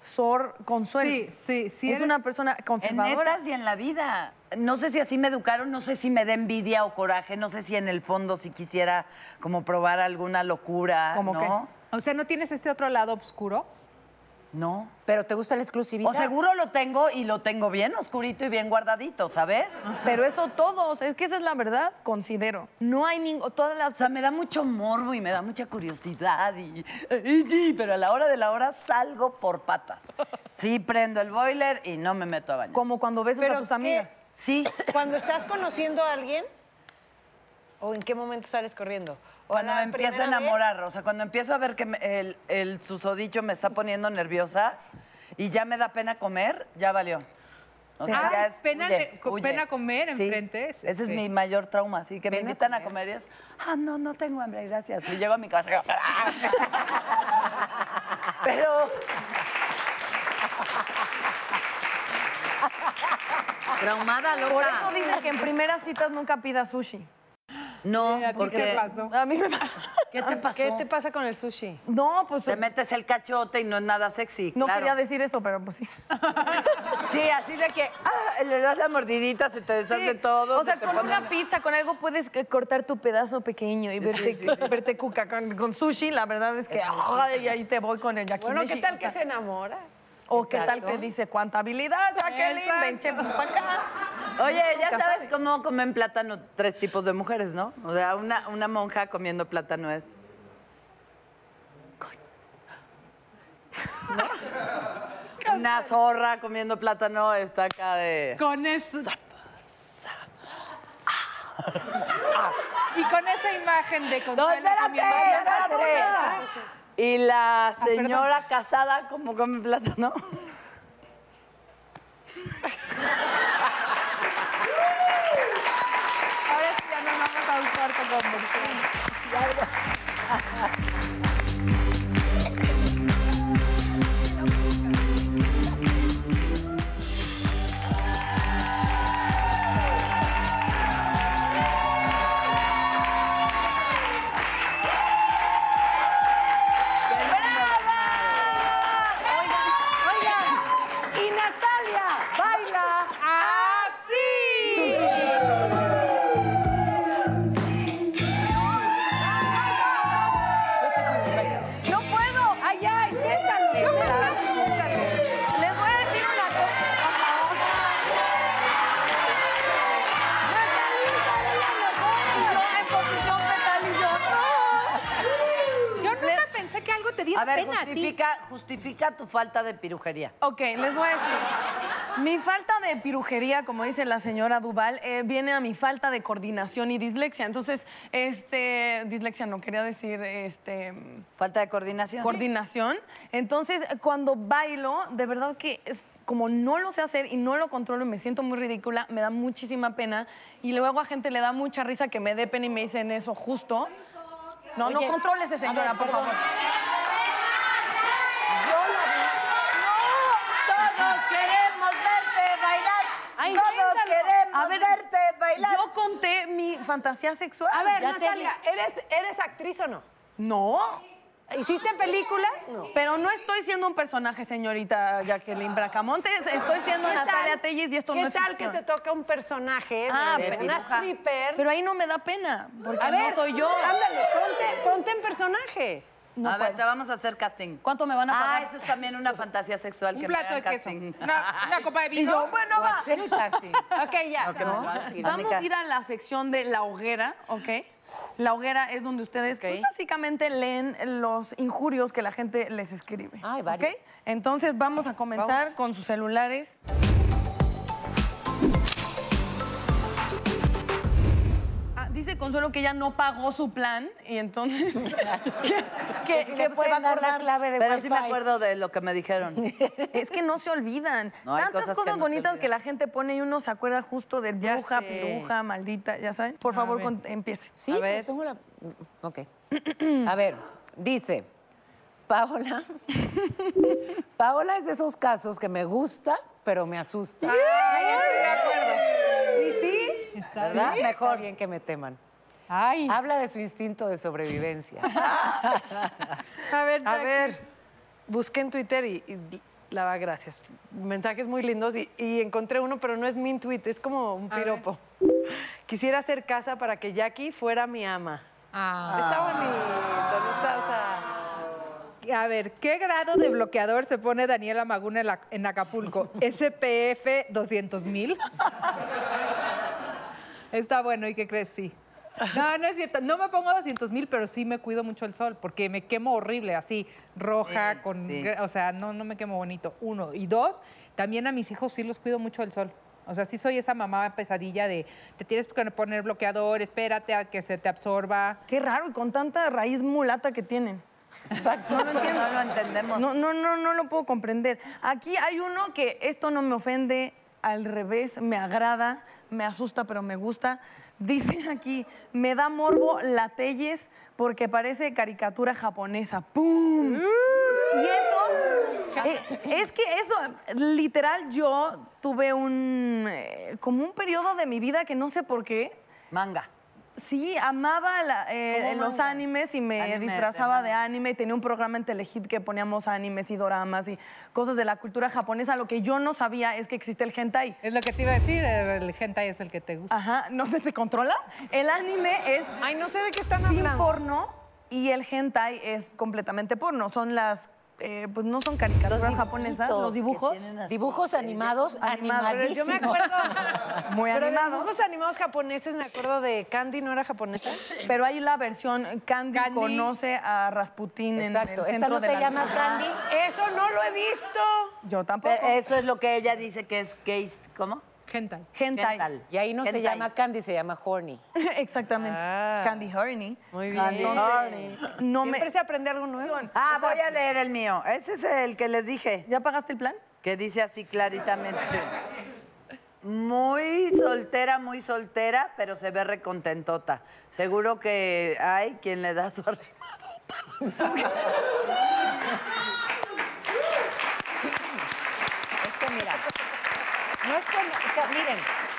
Speaker 4: Sor Consuelo.
Speaker 2: Sí, sí, sí.
Speaker 4: es
Speaker 2: eres-
Speaker 4: una persona
Speaker 3: En
Speaker 4: conservadora.
Speaker 3: netas y en la vida. No sé si así me educaron, no sé si me da envidia o coraje, no sé si en el fondo si quisiera como probar alguna locura,
Speaker 4: ¿Cómo
Speaker 3: ¿no?
Speaker 2: O sea, ¿no tienes este otro lado oscuro?
Speaker 3: No.
Speaker 1: Pero te gusta la exclusividad.
Speaker 3: O seguro lo tengo y lo tengo bien oscurito y bien guardadito, ¿sabes?
Speaker 4: Pero eso todos, es que esa es la verdad, considero. No hay ningún, todas
Speaker 3: O
Speaker 4: las...
Speaker 3: sea, me da mucho morbo y me da mucha curiosidad y, y- y- pero a la hora de la hora salgo por patas. Sí, prendo el boiler y no me meto a bañar.
Speaker 4: Como cuando besas
Speaker 5: Pero
Speaker 4: a tus
Speaker 5: ¿qué?
Speaker 4: amigas.
Speaker 3: Sí,
Speaker 5: Cuando estás conociendo a alguien, ¿o en qué momento sales corriendo? ¿O
Speaker 3: cuando
Speaker 5: a
Speaker 3: me
Speaker 5: la
Speaker 3: empiezo a
Speaker 5: primera vez?
Speaker 3: enamorar, o sea, cuando empiezo a ver que me- el, el susodicho me está poniendo nerviosa y ya me da pena comer, ya valió. O ya
Speaker 2: Ah, pena de- co- pena comer
Speaker 3: Sí,
Speaker 2: enfrente, sí,
Speaker 3: Ese es
Speaker 2: sí.
Speaker 3: mi mayor trauma, así que me
Speaker 2: Pena
Speaker 3: invitan a
Speaker 2: comer.
Speaker 3: comer y es, ah, no, no tengo hambre, gracias. Y llego a mi casa y digo, pero... Traumada, loca.
Speaker 4: Por eso dicen que en primeras citas nunca pidas sushi.
Speaker 3: No,
Speaker 2: ¿A ti
Speaker 3: porque...
Speaker 2: qué pasó?
Speaker 4: A mí me pasa.
Speaker 3: ¿Qué te pasó?
Speaker 5: ¿Qué te pasa con el sushi?
Speaker 4: No, pues...
Speaker 3: Te metes el cachote y no es nada sexy.
Speaker 4: No
Speaker 3: claro.
Speaker 4: quería decir eso, pero pues sí.
Speaker 3: Sí, así de que ah, le das la mordidita, se te deshace
Speaker 4: Sí.
Speaker 3: todo.
Speaker 4: O
Speaker 3: se
Speaker 4: sea,
Speaker 3: te
Speaker 4: con
Speaker 3: pone-
Speaker 4: una pizza, con algo puedes que- cortar tu pedazo pequeño y verte, verte cuca. Con, con sushi, la verdad es que ay, y ahí te voy con el yakimeshi.
Speaker 5: Bueno, ¿qué
Speaker 4: o
Speaker 5: tal que
Speaker 4: sea,
Speaker 5: se enamora?
Speaker 4: O qué tal que dice, cuánta habilidad, Jacqueline, ven, che, pa' acá.
Speaker 3: Oye, ya sabes cómo comen plátano tres tipos de mujeres, ¿no? O sea, una, una monja comiendo plátano es. ¿No? Una zorra comiendo plátano está acá de.
Speaker 2: Con eso. y con esa imagen de Consuelo.
Speaker 3: No, espérate,
Speaker 2: comiendo- Ah,
Speaker 3: espérate. Y la señora casada, ¿cómo come plátano?
Speaker 2: Ahora sí ya nos vamos a un cuarto comercial.
Speaker 5: Y Natalia baila.
Speaker 4: ¡No puedo!
Speaker 5: Ay, ay, siéntalo. Yo me
Speaker 4: Les voy a decir una cosa, por favor. Yo en posición fetal y yo, no.
Speaker 2: Yo nunca pensé que algo te diera
Speaker 3: A ver,
Speaker 2: pena a ti.
Speaker 3: justifica, justifica tu falta de pirujería.
Speaker 4: Ok, les voy a decir. Mi falta de pirujería, como dice la señora Duval, eh, viene a mi falta de coordinación y dislexia. Entonces, este, dislexia no quería decir, este,
Speaker 3: Falta de coordinación.
Speaker 4: coordinación. Entonces, cuando bailo, de verdad que es como no lo sé hacer y no lo controlo y me siento muy ridícula, me da muchísima pena y luego a gente le da mucha risa que me dé pena y me dicen eso justo. No, no controles ese señora, por favor.
Speaker 3: Todos queremos verte bailar.
Speaker 4: Ay,
Speaker 3: Todos
Speaker 4: inténtalo.
Speaker 3: queremos
Speaker 4: A ver,
Speaker 3: verte
Speaker 5: bailar.
Speaker 4: Yo conté mi fantasía sexual.
Speaker 5: A ver,
Speaker 4: Ah, Ya te
Speaker 5: Natalia,
Speaker 4: di-
Speaker 5: ¿eres, ¿eres actriz o no?
Speaker 4: No.
Speaker 5: ¿Hiciste película?
Speaker 4: No. Pero no estoy siendo un personaje, señorita Jacqueline Bracamontes. Estoy siendo
Speaker 5: ¿Qué tal?
Speaker 4: Natalia Telles y esto
Speaker 5: ¿Qué
Speaker 4: no es
Speaker 5: tal
Speaker 4: ficción.
Speaker 5: que te toca un personaje de-
Speaker 4: Ah,
Speaker 5: de,
Speaker 4: pero-
Speaker 5: una
Speaker 4: ajá.
Speaker 5: stripper?
Speaker 4: Pero ahí no me da pena, porque
Speaker 5: a ver,
Speaker 4: no soy yo.
Speaker 5: Ándale, ponte, ponte en personaje.
Speaker 4: No
Speaker 3: a ver,
Speaker 4: puedo.
Speaker 3: te vamos a hacer casting.
Speaker 4: ¿Cuánto me van a
Speaker 3: Ah,
Speaker 4: pagar?
Speaker 3: eso es también una fantasía sexual.
Speaker 2: Un
Speaker 3: que me
Speaker 2: plato
Speaker 3: hagan
Speaker 2: de queso.
Speaker 3: casting.
Speaker 2: Una, una copa de
Speaker 5: Y
Speaker 2: vino.
Speaker 5: yo, bueno,
Speaker 3: Voy a
Speaker 5: va.
Speaker 3: hacer el casting.
Speaker 5: Ok, ya.
Speaker 3: No, que me lo hagan.
Speaker 4: Vamos a ir a la sección de la hoguera, ¿ok? La hoguera es donde ustedes pues, básicamente leen los injurios que la gente les escribe.
Speaker 1: Ay,
Speaker 4: ¿Ok?
Speaker 1: varios.
Speaker 4: Entonces vamos a comenzar con sus celulares. Ah, Dice Consuelo que ella no pagó su plan y entonces que, que se va a acordar.
Speaker 3: Pero sí me acuerdo de lo que me dijeron.
Speaker 4: Es que no se olvidan.
Speaker 3: No, hay
Speaker 4: Tantas
Speaker 3: cosas
Speaker 4: cosas,
Speaker 3: que no se
Speaker 4: bonitas que
Speaker 3: olvidan.
Speaker 4: la gente pone y uno se acuerda justo del bruja,
Speaker 2: sé.
Speaker 4: piruja, maldita, ya saben. Por favor, con- empiece.
Speaker 1: Sí, pero tengo la. mm, Ok. A ver, dice. Paola. Paola es de esos casos que me gusta, pero me asusta.
Speaker 2: Ay, estoy de acuerdo.
Speaker 1: Y sí, ¿verdad?
Speaker 3: bien.
Speaker 1: Mejor bien que me teman.
Speaker 2: Ay.
Speaker 1: Habla de su instinto de sobrevivencia.
Speaker 5: A ver,
Speaker 1: A ver.
Speaker 5: Busqué en Twitter y, y la va, gracias. Mensajes muy lindos y, y encontré uno, pero no es mi tweet, es como un piropo. Quisiera hacer casa para que Jackie fuera mi ama.
Speaker 2: Ah.
Speaker 5: Está bonito, ¿no está? O sea,
Speaker 2: A ver, ¿qué grado de bloqueador se pone Daniela Maguna en, la- en Acapulco? ¿SPF 200 mil? Está bueno, ¿y qué crees? Sí. No, no es cierto. No me pongo 200 mil, pero sí me cuido mucho el sol, porque me quemo horrible, así, roja,
Speaker 3: Sí,
Speaker 2: con...
Speaker 3: sí.
Speaker 2: O sea, no, no me quemo bonito. Uno. Y dos, también a mis hijos sí los cuido mucho del sol. O sea, sí soy esa mamá pesadilla de te tienes que poner bloqueador, espérate a que se te absorba.
Speaker 4: Qué raro, y con tanta raíz mulata que tienen.
Speaker 3: Exacto. No lo No lo entendemos.
Speaker 4: No, no, no, no lo puedo comprender. Aquí hay uno que esto no me ofende, al revés, me agrada, me asusta, pero me gusta. Dicen aquí, me da morbo la Telles porque parece caricatura japonesa. ¡Pum! Y eso, eh, es que eso, literal, yo tuve un, eh, como un periodo de mi vida que no sé por qué,
Speaker 3: Manga.
Speaker 4: Sí, amaba la- eh,
Speaker 3: ¿Cómo
Speaker 4: los
Speaker 3: manga?
Speaker 4: animes y me
Speaker 3: Anime,
Speaker 4: disfrazaba
Speaker 3: de
Speaker 4: de anime y tenía un programa en Telehit que poníamos animes y doramas y cosas de la cultura japonesa. Lo que yo no sabía es que existe el hentai.
Speaker 2: Es lo que te iba a decir, el hentai es el que te gusta.
Speaker 4: Ajá, ¿no te, te controlas? El anime es
Speaker 5: ay, no sé de qué están
Speaker 4: sin
Speaker 5: hablando.
Speaker 4: porno y el hentai es completamente porno. Son las, eh, pues no son caricaturas japonesas, los dibujos.
Speaker 1: Dibujos animados,
Speaker 4: Animados.
Speaker 5: Pero
Speaker 1: animadísimos.
Speaker 5: yo me acuerdo.
Speaker 4: Muy
Speaker 5: pero de
Speaker 4: animados.
Speaker 5: dibujos animados japoneses, me acuerdo de Candy, ¿no era japonesa?
Speaker 4: Pero hay la versión eh, Candy,
Speaker 2: Candy.
Speaker 4: conoce a Rasputín en el
Speaker 1: Exacto.
Speaker 4: centro
Speaker 1: Esta no
Speaker 4: de
Speaker 1: se
Speaker 4: la
Speaker 1: llama
Speaker 4: luna.
Speaker 1: Candy.
Speaker 5: Eso no lo he visto.
Speaker 4: Yo tampoco.
Speaker 3: Pero Eh, eso es lo que ella dice que es gay. ¿Cómo?
Speaker 2: Hentai.
Speaker 4: Hentai.
Speaker 3: Hentai.
Speaker 1: Y ahí no se
Speaker 3: Hentai.
Speaker 1: llama Candy, se llama Horny.
Speaker 4: Exactly.
Speaker 3: Ah.
Speaker 4: Candy Horney.
Speaker 5: Muy bien.
Speaker 4: No me...
Speaker 5: Siempre se aprende algo nuevo.
Speaker 3: Ah, voy a leer el mío. Ese es el que les dije.
Speaker 4: ¿Ya pagaste el plan?
Speaker 3: que dice así claritamente. Muy soltera, muy soltera, pero se ve recontentota. Seguro que hay quien le da su arrimadota.
Speaker 1: Es que mira, no es que- o sea, miren,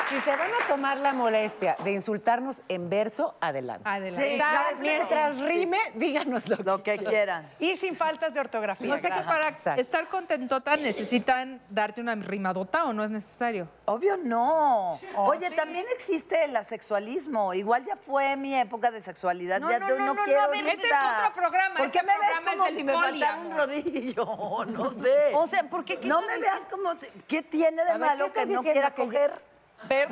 Speaker 1: si se van a tomar la molestia de insultarnos en verso, adelante.
Speaker 2: Adelante.
Speaker 1: O sea, mientras rime, díganos lo,
Speaker 3: Lo que quieran.
Speaker 5: Y sin faltas de ortografía.
Speaker 2: O sea que
Speaker 1: Ajá,
Speaker 2: para
Speaker 1: exacto.
Speaker 2: estar contentota necesitan darte una rimadota o no es necesario.
Speaker 3: Obvio no. Oye, también existe el asexualismo. Igual ya fue mi época de sexualidad.
Speaker 2: No,
Speaker 3: ya
Speaker 2: no,
Speaker 3: yo
Speaker 2: no, no,
Speaker 3: quiero
Speaker 2: no, a ver, ese es
Speaker 3: ahorita.
Speaker 2: otro programa,
Speaker 3: ¿Por qué
Speaker 2: este
Speaker 3: me ves
Speaker 2: programa es
Speaker 3: como
Speaker 2: del
Speaker 3: si me
Speaker 2: poli,
Speaker 3: faltara un
Speaker 2: amor.
Speaker 3: rodillo? No sé.
Speaker 4: O sea, ¿por qué? ¿Qué
Speaker 3: No
Speaker 4: estás
Speaker 3: me
Speaker 4: diciendo?
Speaker 3: veas como si... ¿Qué tiene de
Speaker 1: A ver, ¿qué
Speaker 3: malo que
Speaker 1: estás
Speaker 3: no
Speaker 1: diciendo
Speaker 3: quiera
Speaker 1: que ya-
Speaker 3: coger?
Speaker 4: Ver.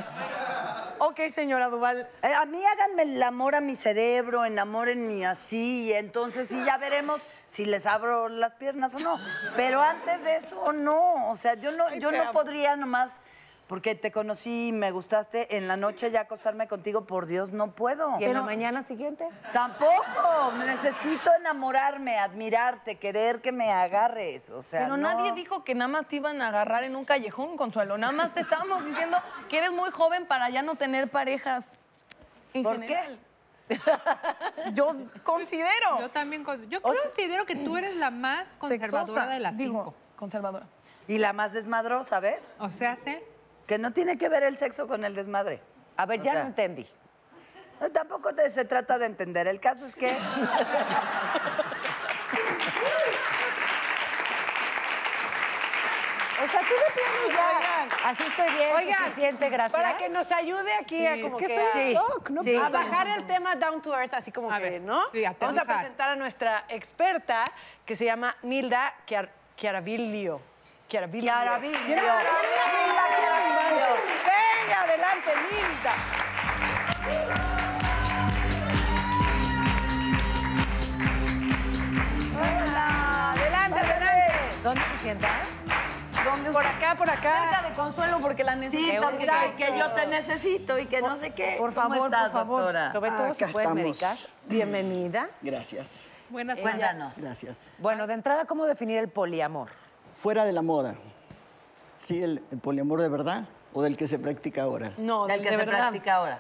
Speaker 4: Ok, señora Duval.
Speaker 3: Eh, A mí háganme el amor a mi cerebro, enamórenme así, y entonces sí ya veremos si les abro las piernas o no. Pero antes de eso, no. O sea, yo no, yo no podría nomás, porque te conocí y me gustaste, en la noche ya acostarme contigo, por Dios, no puedo.
Speaker 1: ¿Y en la mañana siguiente?
Speaker 3: Tampoco. Necesito enamorarme, admirarte, querer que me agarres. O sea,
Speaker 4: Pero
Speaker 3: no.
Speaker 4: nadie dijo que nada más te iban a agarrar en un callejón, Consuelo. Nada más te estábamos diciendo que eres muy joven para ya no tener parejas. En
Speaker 3: ¿Por
Speaker 4: general. Yo considero.
Speaker 2: Yo también cons- yo considero que tú eres la más conservadora
Speaker 4: sexosa,
Speaker 2: de las
Speaker 4: Digo,
Speaker 2: cinco.
Speaker 4: conservadora.
Speaker 3: Y la más desmadrosa, ¿ves?
Speaker 2: O sea, ¿sí?
Speaker 3: Que no tiene que ver el sexo con el desmadre. A ver, ya no entendí. tampoco te- se trata de entender. El caso es que.
Speaker 5: O sea, tú de plano ya.
Speaker 3: así estoy bien, suficiente, gracias.
Speaker 5: Para que nos ayude aquí
Speaker 3: Sí,
Speaker 5: a como
Speaker 3: es que
Speaker 5: que
Speaker 3: estoy en
Speaker 5: a,
Speaker 3: shock, no
Speaker 5: a
Speaker 3: puedo.
Speaker 5: bajar el tema down to earth, así como que, ¿no?
Speaker 2: sí,
Speaker 5: Vamos a
Speaker 2: aterrizar.
Speaker 5: presentar a nuestra experta que se llama Nilda Chiar- Chiaraviglio. Chiaraviglio.
Speaker 3: Chiaraviglio.
Speaker 5: Chiaraviglio. Venga, adelante, Nilda. Hola, adelante, adelante.
Speaker 3: ¿Dónde te sientas?
Speaker 5: Por acá, por acá.
Speaker 4: Cerca de consuelo porque la
Speaker 3: Sí,
Speaker 4: necesita.
Speaker 3: porque que yo te necesito y que no sé qué.
Speaker 4: Por
Speaker 3: ¿Cómo
Speaker 4: favor,
Speaker 3: estás,
Speaker 4: por favor.
Speaker 3: doctora?
Speaker 5: Sobre todo
Speaker 3: Acá
Speaker 5: si puedes
Speaker 3: estamos.
Speaker 5: medicar. Bienvenida.
Speaker 13: Gracias.
Speaker 2: Buenas
Speaker 3: Cuéntanos.
Speaker 13: Gracias.
Speaker 1: Bueno, de entrada, ¿cómo definir el poliamor?
Speaker 13: Fuera de la moda. ¿Sí, el, el poliamor de verdad o del que se practica ahora?
Speaker 4: No,
Speaker 3: Del que se practica ahora.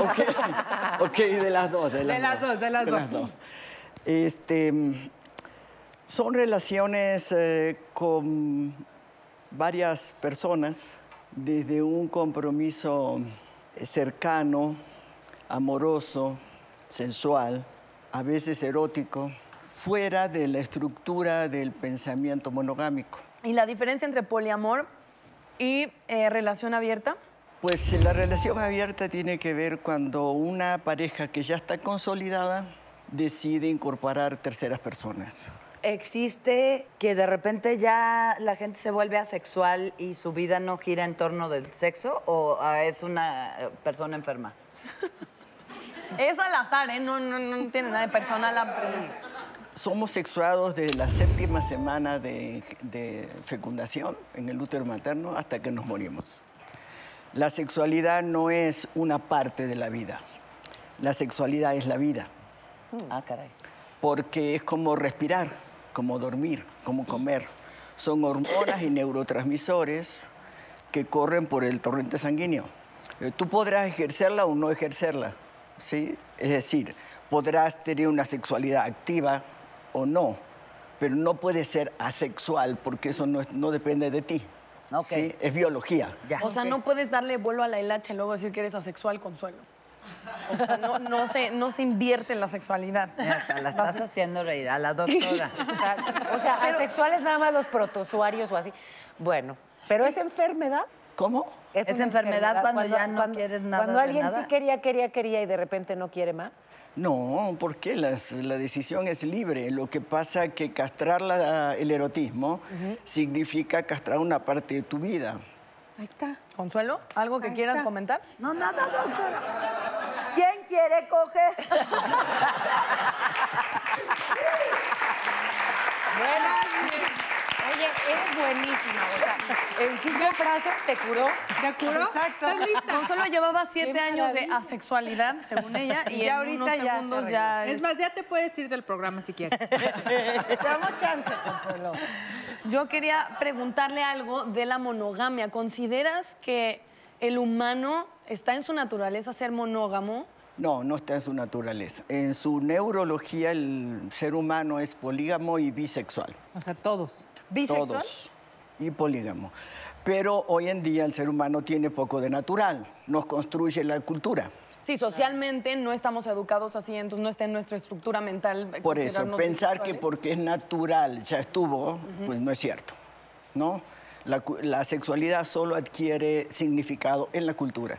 Speaker 13: ok, ok, de las dos. De las,
Speaker 2: De las dos, de las dos.
Speaker 13: Este, mm, son relaciones eh, con varias personas, desde un compromiso eh, cercano, amoroso, sensual, a veces erótico, fuera de la estructura del pensamiento monogámico.
Speaker 4: Y la diferencia entre poliamor y eh, relación abierta.
Speaker 13: Pues la relación abierta tiene que ver cuando una pareja que ya está consolidada decide incorporar terceras personas.
Speaker 3: ¿Existe que de repente ya la gente se vuelve asexual y su vida no gira en torno del sexo o ah, es una eh, persona enferma?
Speaker 4: Es al azar, ¿eh? No, no, no tiene nada de personal. ah,
Speaker 13: Somos sexuados desde la séptima semana de, de fecundación en el útero materno hasta que nos morimos. La sexualidad no es una parte de la vida. La sexualidad es la vida.
Speaker 3: Ah, caray.
Speaker 13: porque es como respirar, como dormir, como comer. Son hormonas y neurotransmisores que corren por el torrente sanguíneo. Eh, Tú podrás ejercerla o no ejercerla, ¿sí? Es decir, podrás tener una sexualidad activa o no, pero no puedes ser asexual porque eso no, es- no depende de ti.
Speaker 3: Mm, Ok.
Speaker 13: ¿sí? Es biología.
Speaker 4: O sea, no puedes darle vuelo a la hilacha y luego decir que eres asexual, consuelo. O sea, no, no se, no se invierte en la sexualidad.
Speaker 3: Mira, La estás haciendo reír a la doctora.
Speaker 1: O sea, asexuales nada más los protozoarios o así. Bueno, pero es enfermedad.
Speaker 13: ¿Cómo?
Speaker 3: Es enfermedad cuando ya no quieres nada
Speaker 1: Cuando
Speaker 3: de
Speaker 1: alguien
Speaker 3: nada.
Speaker 1: sí quería, quería, quería y de repente no quiere más.
Speaker 13: No, porque la, la decisión es libre. Lo que pasa es que castrar la- el erotismo significa castrar una parte de tu vida.
Speaker 4: Ahí está. Consuelo, ¿algo que quieras comentar?
Speaker 3: No, nada, doctora. ¿Quién quiere coger?
Speaker 1: Oye, eres buenísima. O sea, en cinco frases te curó.
Speaker 2: ¿Te curó?
Speaker 5: Exacto.
Speaker 2: ¿Estás lista?
Speaker 4: Consuelo llevaba siete
Speaker 2: Qué
Speaker 4: años de
Speaker 2: maravilla.
Speaker 4: asexualidad, según ella, y,
Speaker 5: Y ya
Speaker 4: en
Speaker 5: ahorita
Speaker 4: unos
Speaker 5: ya se
Speaker 4: segundos
Speaker 5: arregló.
Speaker 4: ya...
Speaker 2: Es más, ya te puedes ir del programa si quieres.
Speaker 5: Te damos chance, Consuelo.
Speaker 4: Yo quería preguntarle algo de la monogamia. ¿Consideras que el humano está en su naturaleza ser monógamo?
Speaker 13: No, no está en su naturaleza. En su neurología el ser humano es polígamo y bisexual.
Speaker 2: O sea, todos.
Speaker 5: ¿Bisexual?
Speaker 13: Todos. Y polígamo. Pero hoy en día el ser humano tiene poco de natural. Nos construye la cultura.
Speaker 4: Sí, socialmente no estamos educados así, entonces no está en nuestra estructura mental. eh,
Speaker 13: Por eso,
Speaker 4: considerarnos
Speaker 13: pensar que
Speaker 4: bisexuales.
Speaker 13: porque es natural ya estuvo, pues no es cierto. ¿no? La, cu- la sexualidad solo adquiere significado en la cultura.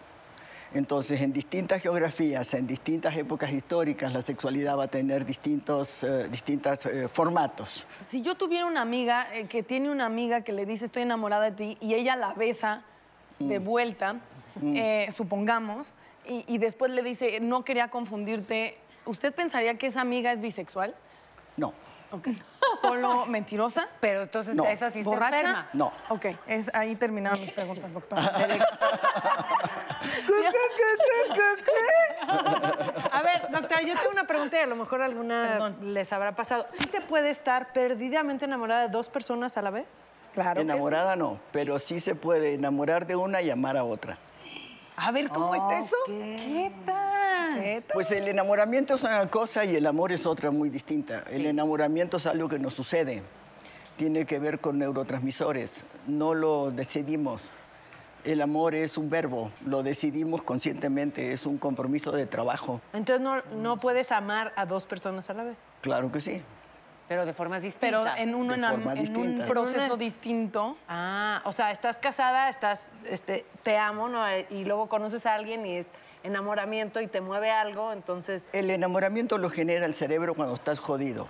Speaker 13: Entonces, en distintas geografías, en distintas épocas históricas, la sexualidad va a tener distintos eh, distintas, eh, formatos.
Speaker 4: Si yo tuviera una amiga eh, que tiene una amiga que le dice estoy enamorada de ti y ella la besa
Speaker 13: Mm.
Speaker 4: de vuelta, eh, supongamos, y, y después le dice no quería confundirte, ¿usted pensaría que esa amiga es bisexual?
Speaker 13: No,
Speaker 4: Ok. ¿Solo mentirosa?
Speaker 1: Pero entonces
Speaker 13: No.
Speaker 1: esa sí está
Speaker 4: ¿Borracha?
Speaker 1: enferma.
Speaker 13: no. Ah,
Speaker 4: Ok, es, ahí terminaron mis preguntas, doctora.
Speaker 5: A ver, doctora, yo tengo una pregunta y a lo mejor alguna
Speaker 4: Perdón.
Speaker 5: les habrá pasado. ¿Sí se puede estar perdidamente enamorada de dos personas a la vez? Claro.
Speaker 13: Enamorada no, pero sí se puede enamorar de una y amar a otra.
Speaker 5: A ver, ¿cómo está eso?
Speaker 4: ¿Qué tal?
Speaker 13: Pues el enamoramiento es una cosa y el amor es otra muy distinta. El enamoramiento es algo que nos sucede. Tiene que ver con neurotransmisores. No lo decidimos. El amor es un verbo, lo decidimos conscientemente, es un compromiso de trabajo.
Speaker 5: Entonces no, no puedes amar a dos personas a la vez.
Speaker 13: Claro que sí.
Speaker 1: Pero de formas
Speaker 4: Pero en, uno,
Speaker 13: De
Speaker 4: en am-
Speaker 13: forma
Speaker 4: en
Speaker 13: distinta.
Speaker 4: un proceso distinto.
Speaker 5: Ah, o sea, estás casada, estás, este, te amo, ¿no? Eh, Y luego conoces a alguien y es enamoramiento y te mueve algo, entonces.
Speaker 13: El enamoramiento lo genera el cerebro cuando estás jodido.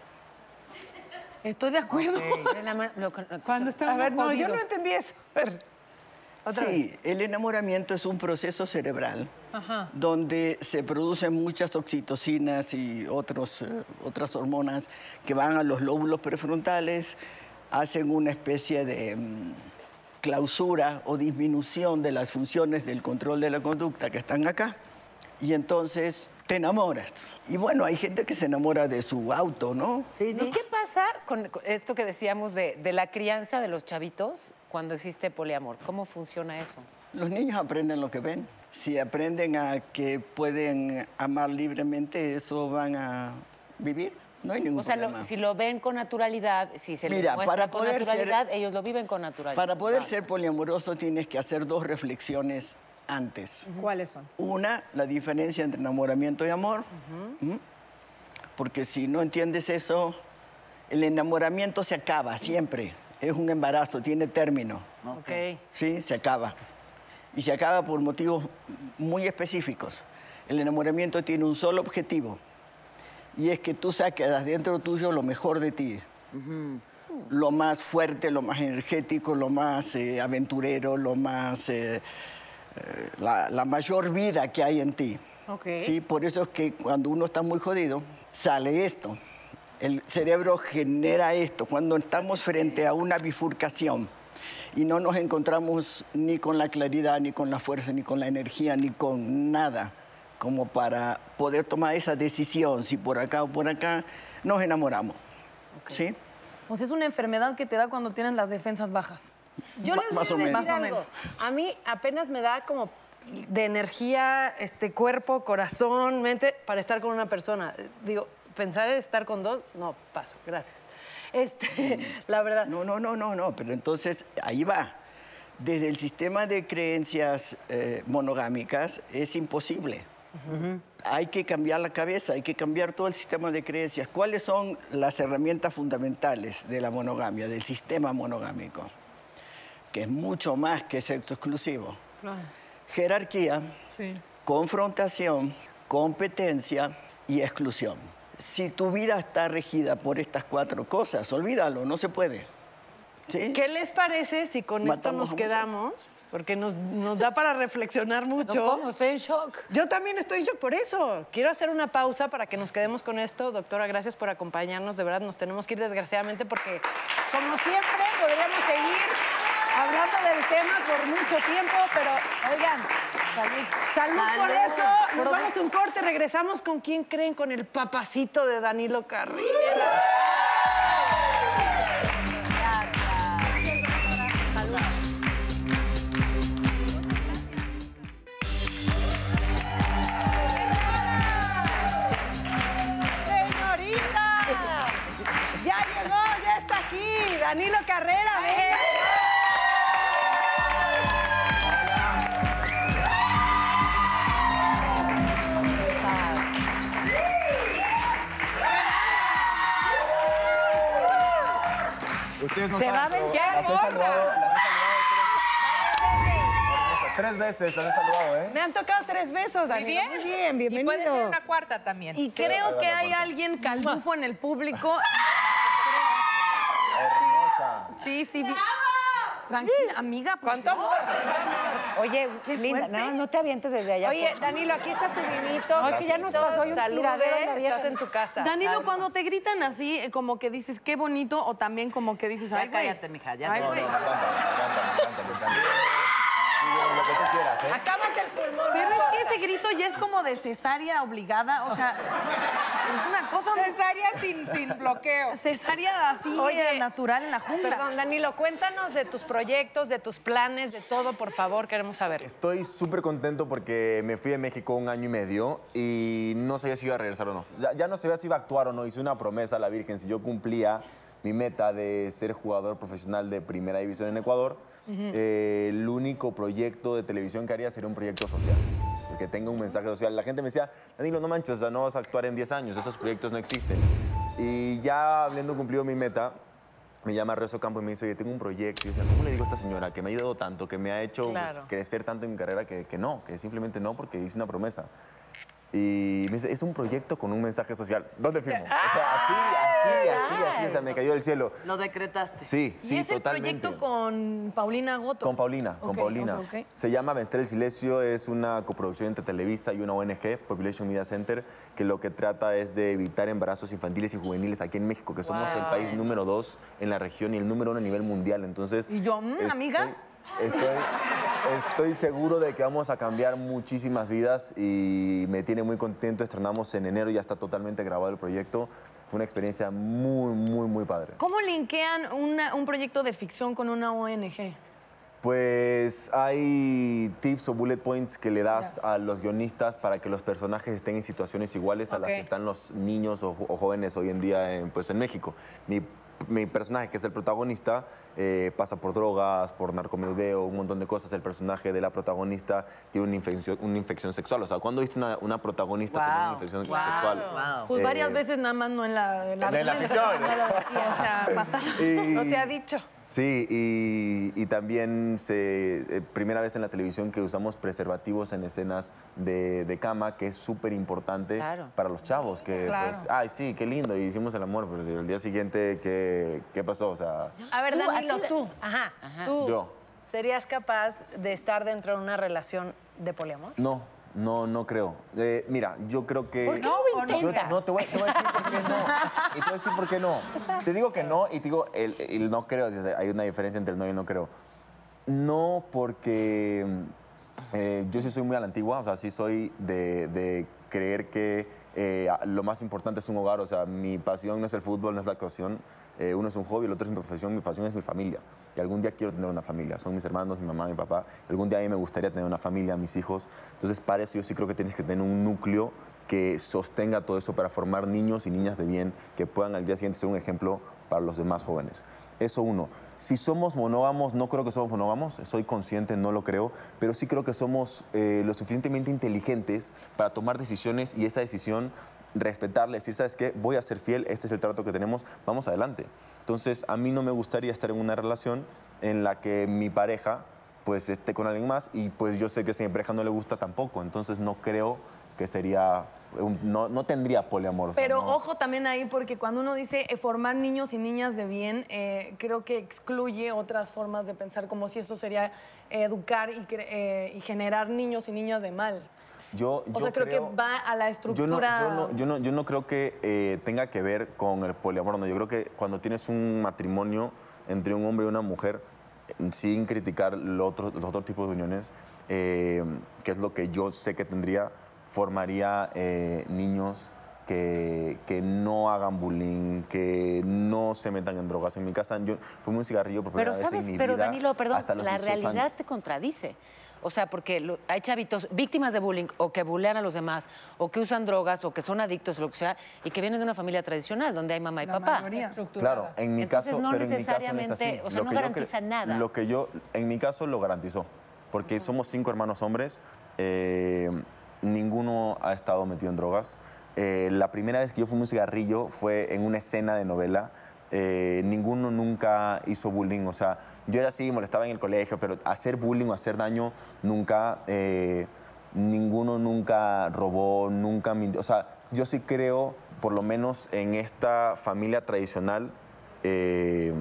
Speaker 4: Estoy de acuerdo.
Speaker 5: Cuando
Speaker 2: está
Speaker 5: A ver, no, yo
Speaker 4: jodido.
Speaker 5: no entendí eso. A ver. Otra
Speaker 13: sí, el enamoramiento es un proceso cerebral
Speaker 5: Ajá.
Speaker 13: donde se producen muchas oxitocinas y otros, eh, otras hormonas que van a los lóbulos prefrontales, hacen una especie de mm, clausura o disminución de las funciones del control de la conducta que están acá. Y entonces te enamoras. Y bueno, hay gente que se enamora de su auto, ¿no?
Speaker 1: ¿Y qué pasa con con esto que decíamos de, de la crianza de los chavitos cuando existe poliamor? ¿Cómo funciona eso?
Speaker 13: Los niños aprenden lo que ven. Si aprenden a que pueden amar libremente, eso van a vivir. No hay ningún
Speaker 1: O sea, lo-
Speaker 13: problema.
Speaker 1: si lo ven con naturalidad, si se les
Speaker 13: Mira,
Speaker 1: muestra
Speaker 13: para
Speaker 1: con
Speaker 13: poder ser-
Speaker 1: naturalidad, ellos lo viven con naturalidad.
Speaker 13: Para poder
Speaker 1: Vale.
Speaker 13: ser poliamoroso tienes que hacer dos reflexiones antes.
Speaker 2: ¿Cuáles son?
Speaker 13: Una, la diferencia entre enamoramiento y amor. ¿Mm? Porque si no entiendes eso, el enamoramiento se acaba siempre. Es un embarazo, tiene término.
Speaker 5: Ok.
Speaker 13: Sí, se acaba. Y se acaba por motivos muy específicos. El enamoramiento tiene un solo objetivo. Y es que tú saques adentro tuyo lo mejor de ti. Lo más fuerte, lo más energético, lo más eh, aventurero, lo más... eh, eh, la, la mayor vida que hay en ti.
Speaker 2: Ok.
Speaker 13: Sí, por eso es que cuando uno está muy jodido, sale esto. El cerebro genera esto. Cuando estamos frente a una bifurcación y no nos encontramos ni con la claridad, ni con la fuerza, ni con la energía, ni con nada, como para poder tomar esa decisión, si por acá o por acá, nos enamoramos. ¿Sí?
Speaker 4: Pues es una enfermedad que te da cuando tienes las defensas bajas.
Speaker 5: Yo les voy a decir algo. A mí apenas me da como de energía, este cuerpo, corazón, mente para estar con una persona. Digo, pensar en estar con dos, no, paso, gracias. Este, la verdad.
Speaker 13: No, no, no, no, no, pero entonces ahí va. Desde el sistema de creencias eh, monogámicas es imposible. Hay que cambiar la cabeza, hay que cambiar todo el sistema de creencias. ¿Cuáles son las herramientas fundamentales de la monogamia, del sistema monogámico? Que es mucho más que sexo exclusivo. Jerarquía,
Speaker 2: Sí.
Speaker 13: confrontación, competencia y exclusión. Si tu vida está regida por estas cuatro cosas, olvídalo, no se puede. ¿Sí?
Speaker 5: ¿Qué les parece si con esto
Speaker 13: Matamos
Speaker 5: nos
Speaker 13: a muchos.
Speaker 5: quedamos? Porque nos, nos da para reflexionar mucho.
Speaker 1: ¿cómo? Estoy en shock.
Speaker 5: Yo también estoy en shock por eso. Quiero hacer una pausa para que nos quedemos con esto. Doctora, gracias por acompañarnos. De verdad, nos tenemos que ir desgraciadamente porque, como siempre, podríamos seguir hablando del tema por mucho tiempo, pero oigan, salud, por
Speaker 4: Salud.
Speaker 5: eso. Nos
Speaker 4: Profe.
Speaker 5: vamos a un corte. Regresamos con quién creen, con el papacito de Danilo Carrillo. ¡Señorita! ¡Ya llegó! ¡Ya está aquí! ¡Danilo Carrera! venga.
Speaker 14: Ustedes no
Speaker 5: Se
Speaker 14: saben,
Speaker 5: va a
Speaker 14: pero
Speaker 5: vengar,
Speaker 14: Las he
Speaker 5: gorda.
Speaker 14: saludado, las he saludado tres, tres veces. Las he saludado, ¿eh?
Speaker 5: Me han tocado tres besos, Danilo.
Speaker 2: bien.
Speaker 5: Muy bien, bienvenido.
Speaker 2: Y puede ser una cuarta también.
Speaker 4: Y
Speaker 5: Sí,
Speaker 4: creo
Speaker 14: ahí va
Speaker 4: que
Speaker 14: la
Speaker 4: hay
Speaker 14: puerta.
Speaker 4: alguien calmufo en el público.
Speaker 14: Hermosa.
Speaker 4: Sí, sí. vi- Tranquila, amiga. ¿Cuánto
Speaker 1: Oye, linda,
Speaker 4: fuerte.
Speaker 1: no, no te avientes desde allá.
Speaker 5: Oye,
Speaker 1: por favor.
Speaker 5: Danilo, aquí está tu vinito.
Speaker 1: No, es que ya nos pasó hoy un
Speaker 5: Salude,
Speaker 1: tiradero en la vieja.
Speaker 5: estás en tu casa.
Speaker 4: Danilo,
Speaker 5: Salud.
Speaker 4: cuando te gritan así, eh, como que dices, qué bonito, o también como que dices,
Speaker 3: Ya
Speaker 4: ay, güey.
Speaker 3: cállate, mija, ya
Speaker 4: Ay,
Speaker 3: sé.
Speaker 4: güey.
Speaker 14: Me encanta, me encanta, me encanta, me encanta. Sí, Lo que tú quieras, ¿eh?
Speaker 5: Acábate el pulmón.
Speaker 4: Pero
Speaker 5: no
Speaker 4: es que
Speaker 5: importa.
Speaker 4: ese grito ya es como de cesárea obligada, o sea, es una cosa
Speaker 2: Cesárea sin, sin bloqueo.
Speaker 4: cesárea así, eh,
Speaker 5: Oye,
Speaker 4: natural en la jungla.
Speaker 5: Perdón, Danilo, cuéntanos de tus proyectos, de tus planes, de todo, por favor, queremos saber.
Speaker 14: Estoy súper contento porque me fui de México un año y medio y no sabía si iba a regresar o no. Ya, ya no sabía si iba a actuar o no. Hice una promesa a la Virgen. Si yo cumplía mi meta de ser jugador profesional de primera división en Ecuador, Ujú. eh, el único proyecto de televisión que haría sería un proyecto social. el Que tenga un mensaje social. La gente me decía, Danilo, no manches, o sea, no vas a actuar en 10 años, esos proyectos no existen. Y ya habiendo cumplido mi meta, me llama Rezo Campo y me dice, oye, tengo un proyecto. Y yo decía, ¿cómo le digo a esta señora que me ha ayudado tanto, que me ha hecho pues,
Speaker 15: Claro.
Speaker 14: crecer tanto en mi carrera que, que no, que simplemente no, porque hice una promesa? Y me dice, es un proyecto con un mensaje social. ¿Dónde firmo? O sea, así, así, así, así, o sea, me cayó del cielo.
Speaker 3: Lo decretaste.
Speaker 14: Sí, sí,
Speaker 4: y es el
Speaker 14: totalmente.
Speaker 4: proyecto con Paulina Goto.
Speaker 14: Con Paulina, con
Speaker 4: Ok,
Speaker 14: Paulina.
Speaker 4: ok, ok.
Speaker 14: Se llama Vencer el Silencio, es una coproducción entre Televisa y una ONG, Population Media Center, que lo que trata es de evitar embarazos infantiles y juveniles aquí en México, que somos el
Speaker 4: Wow.
Speaker 14: país número dos en la región y el número uno a nivel mundial. Entonces,
Speaker 4: Y yo, mm,
Speaker 14: Estoy-
Speaker 4: amiga.
Speaker 14: Estoy, estoy seguro de que vamos a cambiar muchísimas vidas y me tiene muy contento. Estrenamos en enero, ya está totalmente grabado el proyecto. Fue una experiencia muy, muy, muy padre.
Speaker 4: ¿Cómo linkean una- un proyecto de ficción con una ONG?
Speaker 14: Pues hay tips o bullet points que le das a los guionistas para que los personajes estén en situaciones iguales a las
Speaker 4: Ok.
Speaker 14: que están los niños o, jo- o jóvenes hoy en día en, pues, en México. Mi, mi personaje, que es el protagonista, eh, pasa por drogas, por narcomenudeo, un montón de cosas. El personaje de la protagonista tiene una infección, una infección sexual. O sea, ¿cuándo viste una, una protagonista con una
Speaker 4: Wow,
Speaker 14: infección
Speaker 4: wow.
Speaker 14: sexual?
Speaker 4: Pues
Speaker 14: Eh,
Speaker 4: varias veces nada más no en la...
Speaker 14: En la ficción.
Speaker 4: Sí, o sea, pasa.
Speaker 14: Y-
Speaker 4: No se ha dicho.
Speaker 14: Sí, y, y también se, eh, primera vez en la televisión que usamos preservativos en escenas de, de cama, que es súper importante para los chavos. Que,
Speaker 5: Claro.
Speaker 14: pues, ay, sí, qué lindo, y hicimos el amor, pero el día siguiente, ¿qué, qué pasó? O sea,
Speaker 5: A ver,
Speaker 16: Tú, a
Speaker 5: Danilo,
Speaker 16: ti-
Speaker 5: tú. Ajá, tú.
Speaker 14: Yo.
Speaker 5: ¿Serías capaz de estar dentro de una relación de poliamor?
Speaker 14: no, no, no creo. Eh, mira, yo creo que...
Speaker 5: ¿Por qué no lo
Speaker 14: Yo-
Speaker 5: intentas?
Speaker 14: no, te voy, a- te voy a decir por qué no. Y te voy a decir por qué no. Te digo que no y te digo el, el no creo. Hay una diferencia entre el no y el no creo. No porque eh, yo sí soy muy a la antigua, o sea, sí soy de, de creer que eh, a- lo más importante es un hogar, o sea, mi pasión no es el fútbol, no es la actuación, eh, uno es un hobby, el otro es mi profesión, mi pasión es mi familia, y algún día quiero tener una familia, son mis hermanos, mi mamá, mi papá, algún día a mí me gustaría tener una familia, mis hijos, entonces para eso yo sí creo que tienes que tener un núcleo que sostenga todo eso para formar niños y niñas de bien que puedan al día siguiente ser un ejemplo para los demás jóvenes. Eso uno. Si somos monógamos, no creo que somos monógamos, soy consciente, no lo creo, pero sí creo que somos eh, lo suficientemente inteligentes para tomar decisiones y esa decisión respetarla, decir, ¿sabes qué? Voy a ser fiel, este es el trato que tenemos, vamos adelante. Entonces, a mí no me gustaría estar en una relación en la que mi pareja pues esté con alguien más y pues yo sé que si a mi pareja no le gusta tampoco, entonces no creo que sería, un- no, no tendría poliamor. o sea,
Speaker 4: Pero
Speaker 14: no.
Speaker 4: ojo también ahí, porque cuando uno dice eh, formar niños y niñas de bien, eh, creo que excluye otras formas de pensar, como si eso sería eh, educar y, cre- eh, y generar niños y niñas de mal.
Speaker 14: Yo,
Speaker 4: O
Speaker 14: yo
Speaker 4: sea, creo, que va a la
Speaker 14: Yo no,
Speaker 4: estructura.
Speaker 14: yo, no, yo, no, yo no creo que eh, tenga que ver con el poliamor. no. Yo creo que cuando tienes un matrimonio entre un hombre y una mujer, eh, sin criticar lo otro- los otros tipos de uniones, eh, que es lo que yo sé que tendría, formaría eh, niños que, que no hagan bullying, que no se metan en drogas. En mi casa yo fumé un cigarrillo por primera
Speaker 15: Pero
Speaker 14: vez
Speaker 15: sabes,
Speaker 14: en mi
Speaker 15: pero
Speaker 14: vida
Speaker 15: Danilo, perdón,
Speaker 14: hasta los
Speaker 15: la
Speaker 14: 18 años.
Speaker 15: realidad te contradice. O sea, porque lo- hay chavitos víctimas de bullying o que bulean a los demás o que usan drogas o que son adictos o lo que sea y que vienen de una familia tradicional donde hay mamá y papá.
Speaker 14: Claro, en mi
Speaker 15: Entonces,
Speaker 14: caso,
Speaker 15: no
Speaker 14: pero en mi caso no es así.
Speaker 15: necesariamente, o sea, no
Speaker 14: que yo cre-
Speaker 15: garantiza nada.
Speaker 14: Lo que yo, en mi caso, lo garantizó. Porque somos cinco hermanos hombres, eh, ninguno ha estado metido en drogas. Eh, la primera vez que yo fumé un cigarrillo fue en una escena de novela. Eh, ninguno nunca hizo bullying, o sea, yo era así, molestaba en el colegio, pero hacer bullying o hacer daño nunca, eh, ninguno nunca robó, nunca mintió. O sea, yo sí creo, por lo menos en esta familia tradicional, eh,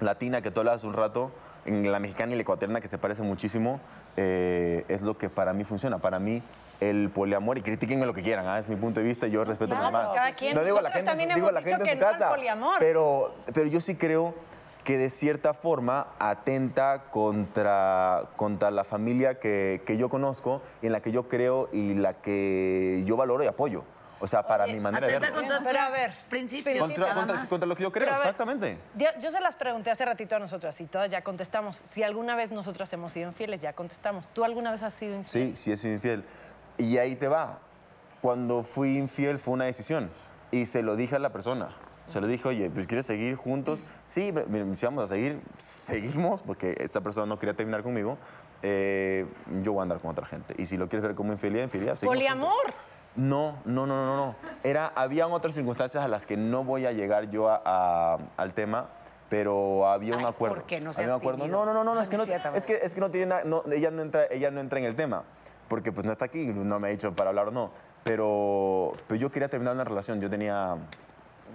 Speaker 14: latina que tú hablabas hace un rato, en la mexicana y la ecuatoriana que se parecen muchísimo, eh, es lo que para mí funciona. Para mí, el poliamor, y critiquenme lo que quieran, ¿ah? es mi punto de vista, yo respeto
Speaker 5: Claro,
Speaker 14: a los demás.
Speaker 5: cada quien.
Speaker 14: No digo a la
Speaker 5: Nosotros
Speaker 14: gente,
Speaker 5: también
Speaker 14: digo a la
Speaker 5: hemos dicho
Speaker 14: gente en su
Speaker 5: que no al
Speaker 14: casa.
Speaker 5: poliamor.
Speaker 14: Pero, pero yo sí creo que de cierta forma atenta contra, contra la familia que, que yo conozco, y en la que yo creo y la que yo valoro y apoyo. O sea, para mi manera de verlo.
Speaker 5: Pero a ver,
Speaker 14: Contra,
Speaker 5: nada
Speaker 14: contra,
Speaker 5: más.
Speaker 14: contra lo que yo creo,
Speaker 5: Pero a ver,
Speaker 14: exactamente.
Speaker 5: Yo, yo se las pregunté hace ratito a nosotras y todas ya contestamos. Si alguna vez nosotras hemos sido infieles, ya contestamos. ¿Tú alguna vez has sido
Speaker 14: Sí,
Speaker 5: infiel?
Speaker 14: sí he sido infiel. Y ahí te va. Cuando fui infiel fue una decisión y se lo dije a la persona. Se lo dije, oye, pues ¿quieres seguir juntos? Sí, pero, mira, si vamos a seguir, seguimos, porque esta persona no quería terminar conmigo. Eh, yo voy a andar con otra gente. Y si lo quieres ver como infidelidad, infidelidad. seguimos
Speaker 5: Poliamor.
Speaker 14: no, no, no, no, no. Era, habían otras circunstancias a las que no voy a llegar yo a- a- al tema, pero había un acuerdo.
Speaker 15: ¿por qué no
Speaker 14: había
Speaker 15: seas
Speaker 14: un acuerdo.
Speaker 15: tímido?
Speaker 14: No, no, no, no, no, es que no,
Speaker 15: Ah, No es cierto,
Speaker 14: es que, es que no tiene nada, no, ella no entra, ella no entra en el tema, porque pues no está aquí, no me ha dicho para hablar o no. Pero, pero yo quería terminar una relación, yo tenía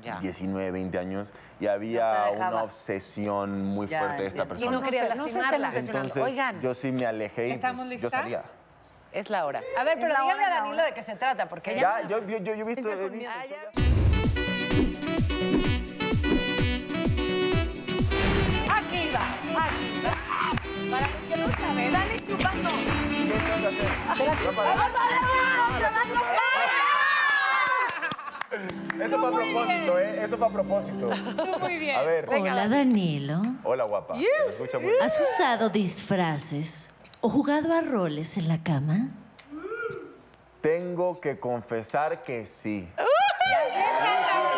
Speaker 15: Ya.
Speaker 14: 19, 20 años y había
Speaker 15: dejaba.
Speaker 14: una obsesión muy
Speaker 15: Ya,
Speaker 14: fuerte de esta
Speaker 15: entiendo.
Speaker 14: persona.
Speaker 15: Y no quería No se- no se estén lastimarla. obsesionando.
Speaker 14: Entonces,
Speaker 15: Oigan.
Speaker 14: yo sí me alejé y
Speaker 15: ¿Estamos
Speaker 14: pues, yo
Speaker 15: listas?
Speaker 14: salía.
Speaker 15: Es la hora.
Speaker 5: A ver, pero
Speaker 15: Es la
Speaker 5: dígale
Speaker 15: hora,
Speaker 5: a
Speaker 15: es la
Speaker 5: Danilo de qué se trata, porque
Speaker 14: Ya, yo, yo, yo, yo he visto, he visto.
Speaker 5: Ah, Aquí va, aquí va. Para los que no saben, Dani chupando.
Speaker 14: Eso fue a propósito, ¿eh? Eso fue a propósito.
Speaker 2: Muy bien.
Speaker 14: A ver.
Speaker 12: Hola Ah, Danilo.
Speaker 14: Hola, guapa.
Speaker 12: Yeah.
Speaker 14: Se escucha muy
Speaker 12: ¿Has usado disfraces o jugado a roles en la cama?
Speaker 14: Tengo que confesar que sí.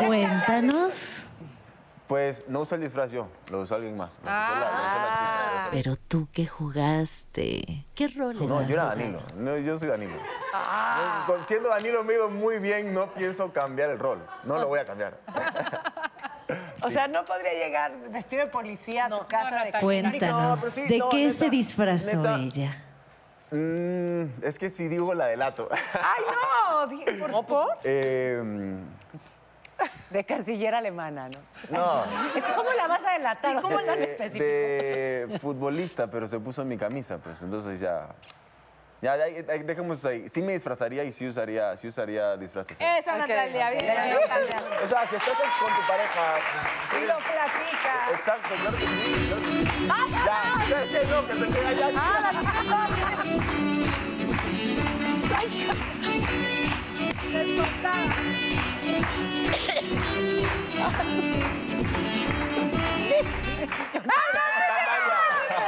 Speaker 12: Cuéntanos.
Speaker 14: Pues no usé el disfraz yo, lo usó alguien más. Lo usó la- lo usó la chica, lo usó-
Speaker 12: Pero tú que jugaste. ¿Qué roles
Speaker 14: No,
Speaker 12: has
Speaker 14: yo era
Speaker 12: jugado?
Speaker 14: Danilo. No, yo soy Danilo.
Speaker 15: Ah.
Speaker 14: Yo, con- Siendo Danilo me digo muy bien, no pienso cambiar el rol. No lo voy a cambiar.
Speaker 5: O sea, no podría llegar vestido de policía a tu casa de
Speaker 14: No,
Speaker 12: Cuéntanos.
Speaker 14: pero sí,
Speaker 12: ¿De
Speaker 14: no,
Speaker 12: qué
Speaker 14: neta,
Speaker 12: se disfrazó
Speaker 14: neta.
Speaker 12: ella?
Speaker 14: Mm, es que si digo la delato. pues,
Speaker 5: ¡Ay, no! Dije, ¿Por por?
Speaker 14: Eh,
Speaker 15: De canciller alemana, ¿no?
Speaker 14: no.
Speaker 15: Es como la vas a delatar, o sea,
Speaker 14: Eh,
Speaker 15: tan específico.
Speaker 14: De futbolista, pero se puso mi camisa, pues entonces ya. Ya, ya, ya, dejemos ahí. Sí me disfrazaría y sí usaría, sí usaría disfraces.
Speaker 2: Esa Natalia, bien.
Speaker 14: O sea, si estás con tu pareja.
Speaker 5: Y lo platicas.
Speaker 14: Exacto, claro que sí. claro que sí. Ya, que- que no, que se quede allá.
Speaker 5: Ah,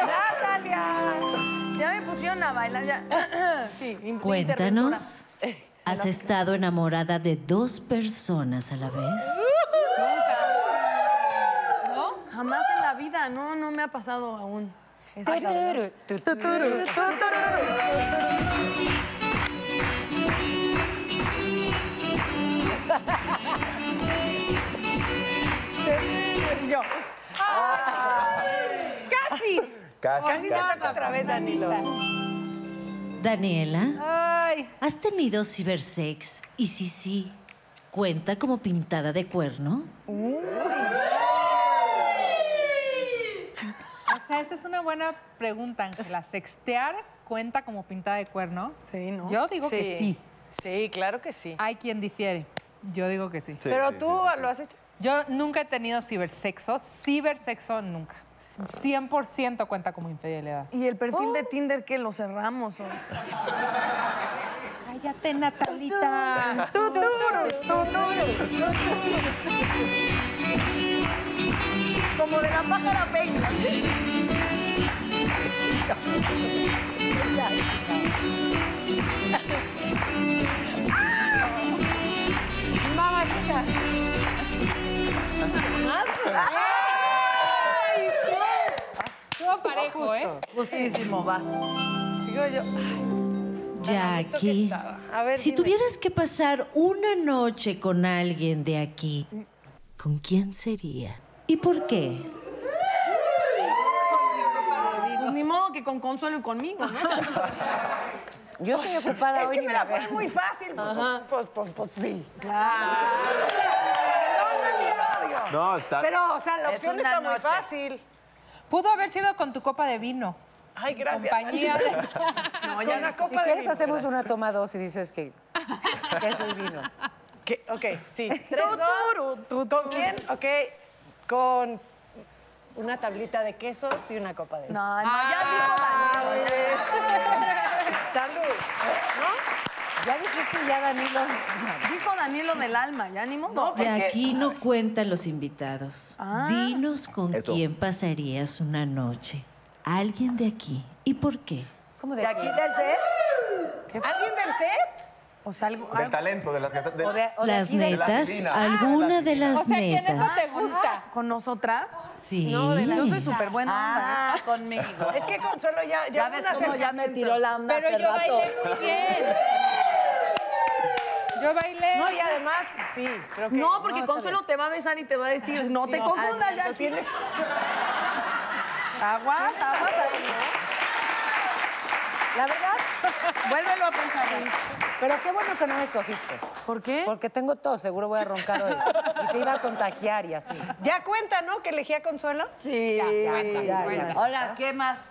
Speaker 4: ¡Natalia! Ya me pusieron a bailar, ya. Sí, in- interventora.
Speaker 12: Cuéntanos. ¿Has estado enamorada de dos personas a la vez?
Speaker 4: ¿No? Jamás en la vida, no, no me ha pasado aún. Eso.
Speaker 5: Yo. ¡Casi!
Speaker 14: Casi,
Speaker 5: Casi te
Speaker 14: casi,
Speaker 5: toca otra vez, Danilo.
Speaker 12: Daniela,
Speaker 2: Ay.
Speaker 12: ¿has tenido cibersex? Y si sí, ¿cuenta como pintada de cuerno?
Speaker 2: O sea, esa es una buena pregunta, Ángela. ¿Sextear cuenta como pintada de cuerno? Sí, ¿no? Yo digo que sí.
Speaker 5: Sí, claro que sí.
Speaker 2: Hay quien difiere. Yo digo que sí.
Speaker 5: Pero tú lo has hecho.
Speaker 2: Yo nunca he tenido cibersexo. Cibersexo nunca. 100% cuenta como infidelidad.
Speaker 4: ¿Y el perfil de Tinder que lo cerramos? o?
Speaker 2: Cállate, Natalita.
Speaker 5: Como de la pájara peña.
Speaker 15: Mamacita.
Speaker 2: ¡Ay, sí! Estuvo parejo, ¿eh?
Speaker 5: Justísimo, vas. Digo yo,
Speaker 12: Jackie,
Speaker 5: A ver,
Speaker 12: si
Speaker 5: dime.
Speaker 12: tuvieras que pasar una noche con alguien de aquí, ¿con quién sería? ¿Y por qué?
Speaker 4: Pues ni modo que con Consuelo y conmigo, ¿no?
Speaker 15: Yo estoy ocupada
Speaker 5: es
Speaker 15: hoy.
Speaker 5: que me
Speaker 15: mira,
Speaker 5: la ponen
Speaker 15: ve.
Speaker 5: muy fácil. Pues, pues, pues, pues, pues, sí.
Speaker 14: No, está.
Speaker 5: Pero, o sea, la
Speaker 2: Es
Speaker 5: opción
Speaker 2: una
Speaker 5: está muy
Speaker 2: noche.
Speaker 5: fácil.
Speaker 2: Pudo haber sido con tu copa de vino.
Speaker 5: Ay, gracias.
Speaker 2: Compañía de-
Speaker 5: No, ya una copa
Speaker 15: si
Speaker 5: de
Speaker 15: quieres,
Speaker 5: vino,
Speaker 15: hacemos
Speaker 5: gracias.
Speaker 15: una toma dos y dices que, que es un vino.
Speaker 5: ¿Qué? Ok, sí. Tres, dos. ¿Con quién? Ok, con una tablita de quesos y una copa de vino.
Speaker 4: No, no, ya dijo Daniel.
Speaker 5: Salud.
Speaker 15: Ya dijiste ya, Danilo.
Speaker 4: Dijo Danilo del alma, ya ni modo.
Speaker 12: De aquí no cuentan los invitados.
Speaker 4: Ah.
Speaker 12: Dinos con
Speaker 14: Eso.
Speaker 12: quién pasarías una noche. Alguien de aquí. ¿Y por qué?
Speaker 15: ¿Cómo
Speaker 5: ¿De aquí del set? ¿Alguien del set? O sea, algo.
Speaker 14: Del talento, de las que- de-
Speaker 12: Las
Speaker 14: de las
Speaker 12: netas,
Speaker 14: divinas.
Speaker 12: alguna de las netas.
Speaker 5: gusta?
Speaker 4: Ah, ¿Con nosotras?
Speaker 12: Sí.
Speaker 4: No, de la- yo soy súper buena.
Speaker 3: Ah, conmigo.
Speaker 5: Es que Consuelo ya.
Speaker 4: ¿eh? Ya
Speaker 5: Ya,
Speaker 4: ves cómo ya me tiró la onda
Speaker 2: Pero
Speaker 4: hace
Speaker 2: yo
Speaker 4: rato.
Speaker 2: bailé muy bien. Yo bailé.
Speaker 5: No, y además, sí, creo que.
Speaker 4: No, porque
Speaker 5: está
Speaker 4: Consuelo
Speaker 5: bien.
Speaker 4: te va a besar y te va a decir, no te
Speaker 5: Sí,
Speaker 4: confundas,
Speaker 5: ah,
Speaker 4: ya
Speaker 5: no tienes- Aguas, aguas ahí, ¿eh? La verdad, vuélvelo a pensar.
Speaker 15: Pero qué bueno que no me escogiste.
Speaker 4: ¿Por qué?
Speaker 15: Porque tengo tos, seguro voy a roncar hoy. Y te iba a contagiar y así.
Speaker 5: Ya cuenta, ¿no? Que elegí a Consuelo.
Speaker 4: Sí.
Speaker 5: Ya, ya, ya, ya.
Speaker 3: Hola, ¿qué más?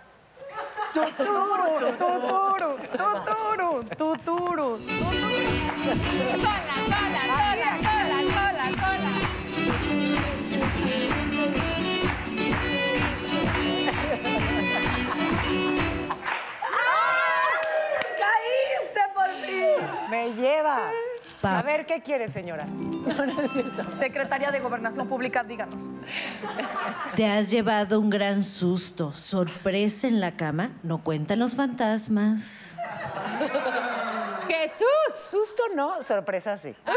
Speaker 4: Tuturu, tuturu, tuturu, tuturu.
Speaker 3: ¡Caíste por fin!
Speaker 15: Me lleva. A ver, ¿qué quiere, señora?
Speaker 4: Secretaria de Gobernación Pública, díganos.
Speaker 12: ¿Te has llevado un gran susto, sorpresa en la cama? No cuentan los fantasmas.
Speaker 2: Jesús.
Speaker 15: Susto no, sorpresa sí.
Speaker 5: Ah,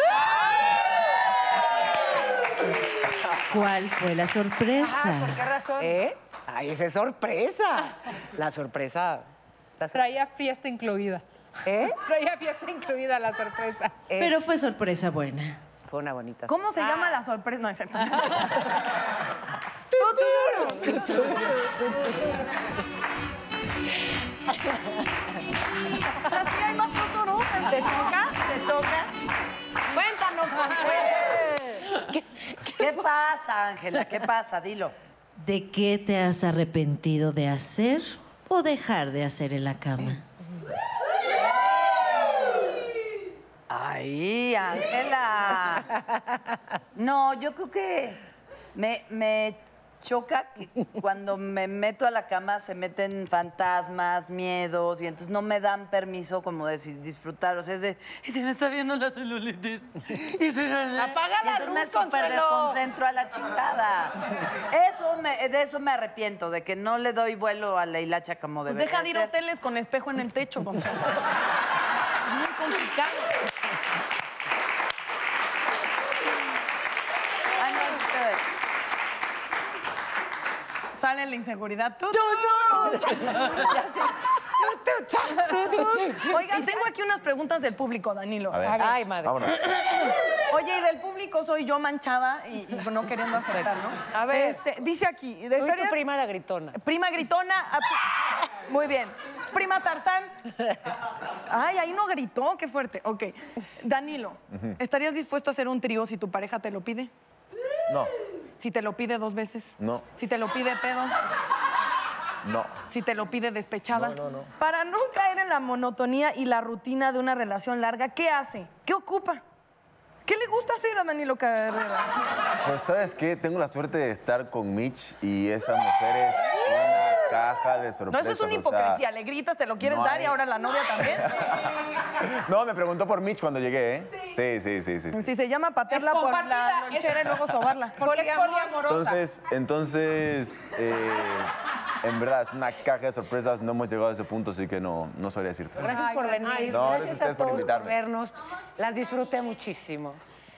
Speaker 12: ¿Cuál fue la sorpresa?
Speaker 5: ¿Qué razón?
Speaker 15: ¿Eh? Ay, esa es sorpresa. La sorpresa. La sor-
Speaker 2: Traía fiesta incluida.
Speaker 15: ¿Eh?
Speaker 2: Traía fiesta incluida la sorpresa.
Speaker 15: Es-
Speaker 12: Pero fue sorpresa buena.
Speaker 15: Fue una bonita.
Speaker 4: ¿Cómo se
Speaker 3: Ah.
Speaker 4: llama la sorpresa? No, es cierto.
Speaker 5: Así hay más futuro. Te toca, te toca.
Speaker 4: Cuéntanos, Consuelo.
Speaker 3: ¿Qué pasa, Ángela? ¿Qué pasa? Dilo.
Speaker 12: ¿De qué te has arrepentido de hacer o dejar de hacer en la cama?
Speaker 3: Ay, Ángela. No, yo creo que me, me choca que cuando me meto a la cama se meten fantasmas, miedos, y entonces no me dan permiso como de si- disfrutar. O sea, es de, y se me está viendo la celulitis. Y se me-
Speaker 5: Apaga
Speaker 3: y
Speaker 5: la
Speaker 3: entonces me
Speaker 5: luz, Consuelo.
Speaker 3: súper desconcentro a la chingada. Eso me, de eso me arrepiento, de que no le doy vuelo a la hilacha como
Speaker 4: Pues
Speaker 3: debería
Speaker 4: deja de ir a
Speaker 3: ser.
Speaker 4: hoteles con espejo en el techo, Consuelo. Es muy complicado.
Speaker 3: Ah, no, es que-
Speaker 4: Sale la inseguridad. Tú, Oigan, tengo aquí unas preguntas del público, Danilo.
Speaker 14: A ver.
Speaker 15: Ay, madre.
Speaker 14: Vámonos.
Speaker 4: Oye, y del público soy yo manchada y, y no queriendo aceptar, ¿no?
Speaker 5: A ver.
Speaker 4: Este, dice aquí, de
Speaker 15: Tú y tu
Speaker 4: estarías-
Speaker 15: prima la gritona.
Speaker 4: prima gritona. a tu- Muy bien. Prima Tarzán. Ay, ahí no gritó, qué fuerte. Ok. Danilo, ¿estarías dispuesto a hacer un trío si tu pareja te lo pide?
Speaker 14: No,
Speaker 4: Si te lo pide dos veces.
Speaker 14: No.
Speaker 4: Si te lo pide pedo.
Speaker 14: no.
Speaker 4: Si te lo pide despechada.
Speaker 14: No, no, no.
Speaker 4: Para no caer en la monotonía y la rutina de una relación larga, ¿qué hace? ¿Qué ocupa? ¿Qué le gusta hacer a Danilo Carrera?
Speaker 14: Pues sabes qué, tengo la suerte de estar con Mitch y esa mujer es una caja de
Speaker 4: No,
Speaker 14: sorpresas.
Speaker 4: eso es una
Speaker 14: o sea,
Speaker 4: hipocresía. Le gritas, te lo quieres
Speaker 14: no
Speaker 4: dar y
Speaker 14: hay-
Speaker 4: ahora la novia también.
Speaker 14: No, me preguntó por Mitch cuando llegué, ¿eh? Sí, sí, sí, sí.
Speaker 4: Si se llama patearla por la
Speaker 2: compartida, es-
Speaker 4: lonchera y luego sobarla.
Speaker 2: Porque es poliamorosa.
Speaker 14: Entonces, entonces, eh, en verdad es una caja de sorpresas. No hemos llegado a ese punto, así que no, no sabría decirte.
Speaker 15: Gracias por venir.
Speaker 14: No, gracias a
Speaker 15: gracias a
Speaker 14: ustedes por
Speaker 15: todos por,
Speaker 14: invitarme.
Speaker 15: vernos. Las disfruté muchísimo.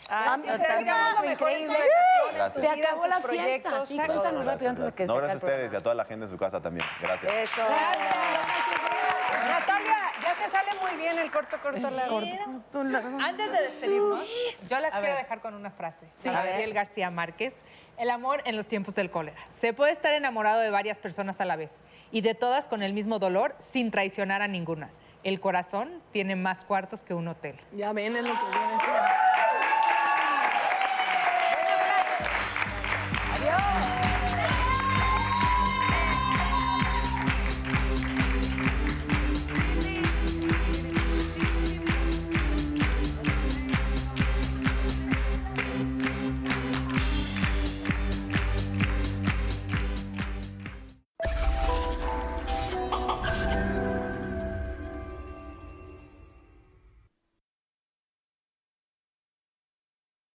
Speaker 4: Ah,
Speaker 15: Sí,
Speaker 4: pero
Speaker 15: ustedes
Speaker 4: también
Speaker 15: llevan
Speaker 5: lo
Speaker 15: lo
Speaker 5: mejor en
Speaker 15: increíble.
Speaker 5: tu relación,
Speaker 14: en tu
Speaker 15: Se
Speaker 14: vida,
Speaker 5: en
Speaker 15: acabó
Speaker 5: tus
Speaker 15: la fiesta.
Speaker 5: proyectos,
Speaker 15: Sí,
Speaker 5: todo.
Speaker 15: cuéntanos rápido antes de que
Speaker 14: Gracias. No,
Speaker 15: se
Speaker 14: gracias a
Speaker 15: acabe el
Speaker 14: ustedes y a toda la gente en su casa también. Gracias.
Speaker 5: Eso. Natalia, ya te sale muy bien el corto, corto, largo.
Speaker 2: Antes de despedirnos, yo las quiero dejar con una frase. Sí. Gabriel García Márquez. El amor en los tiempos del cólera. Se puede estar enamorado de varias personas a la vez y de todas con el mismo dolor sin traicionar a ninguna. El corazón tiene más cuartos que un hotel.
Speaker 4: Ya ven, es lo que viene siendo.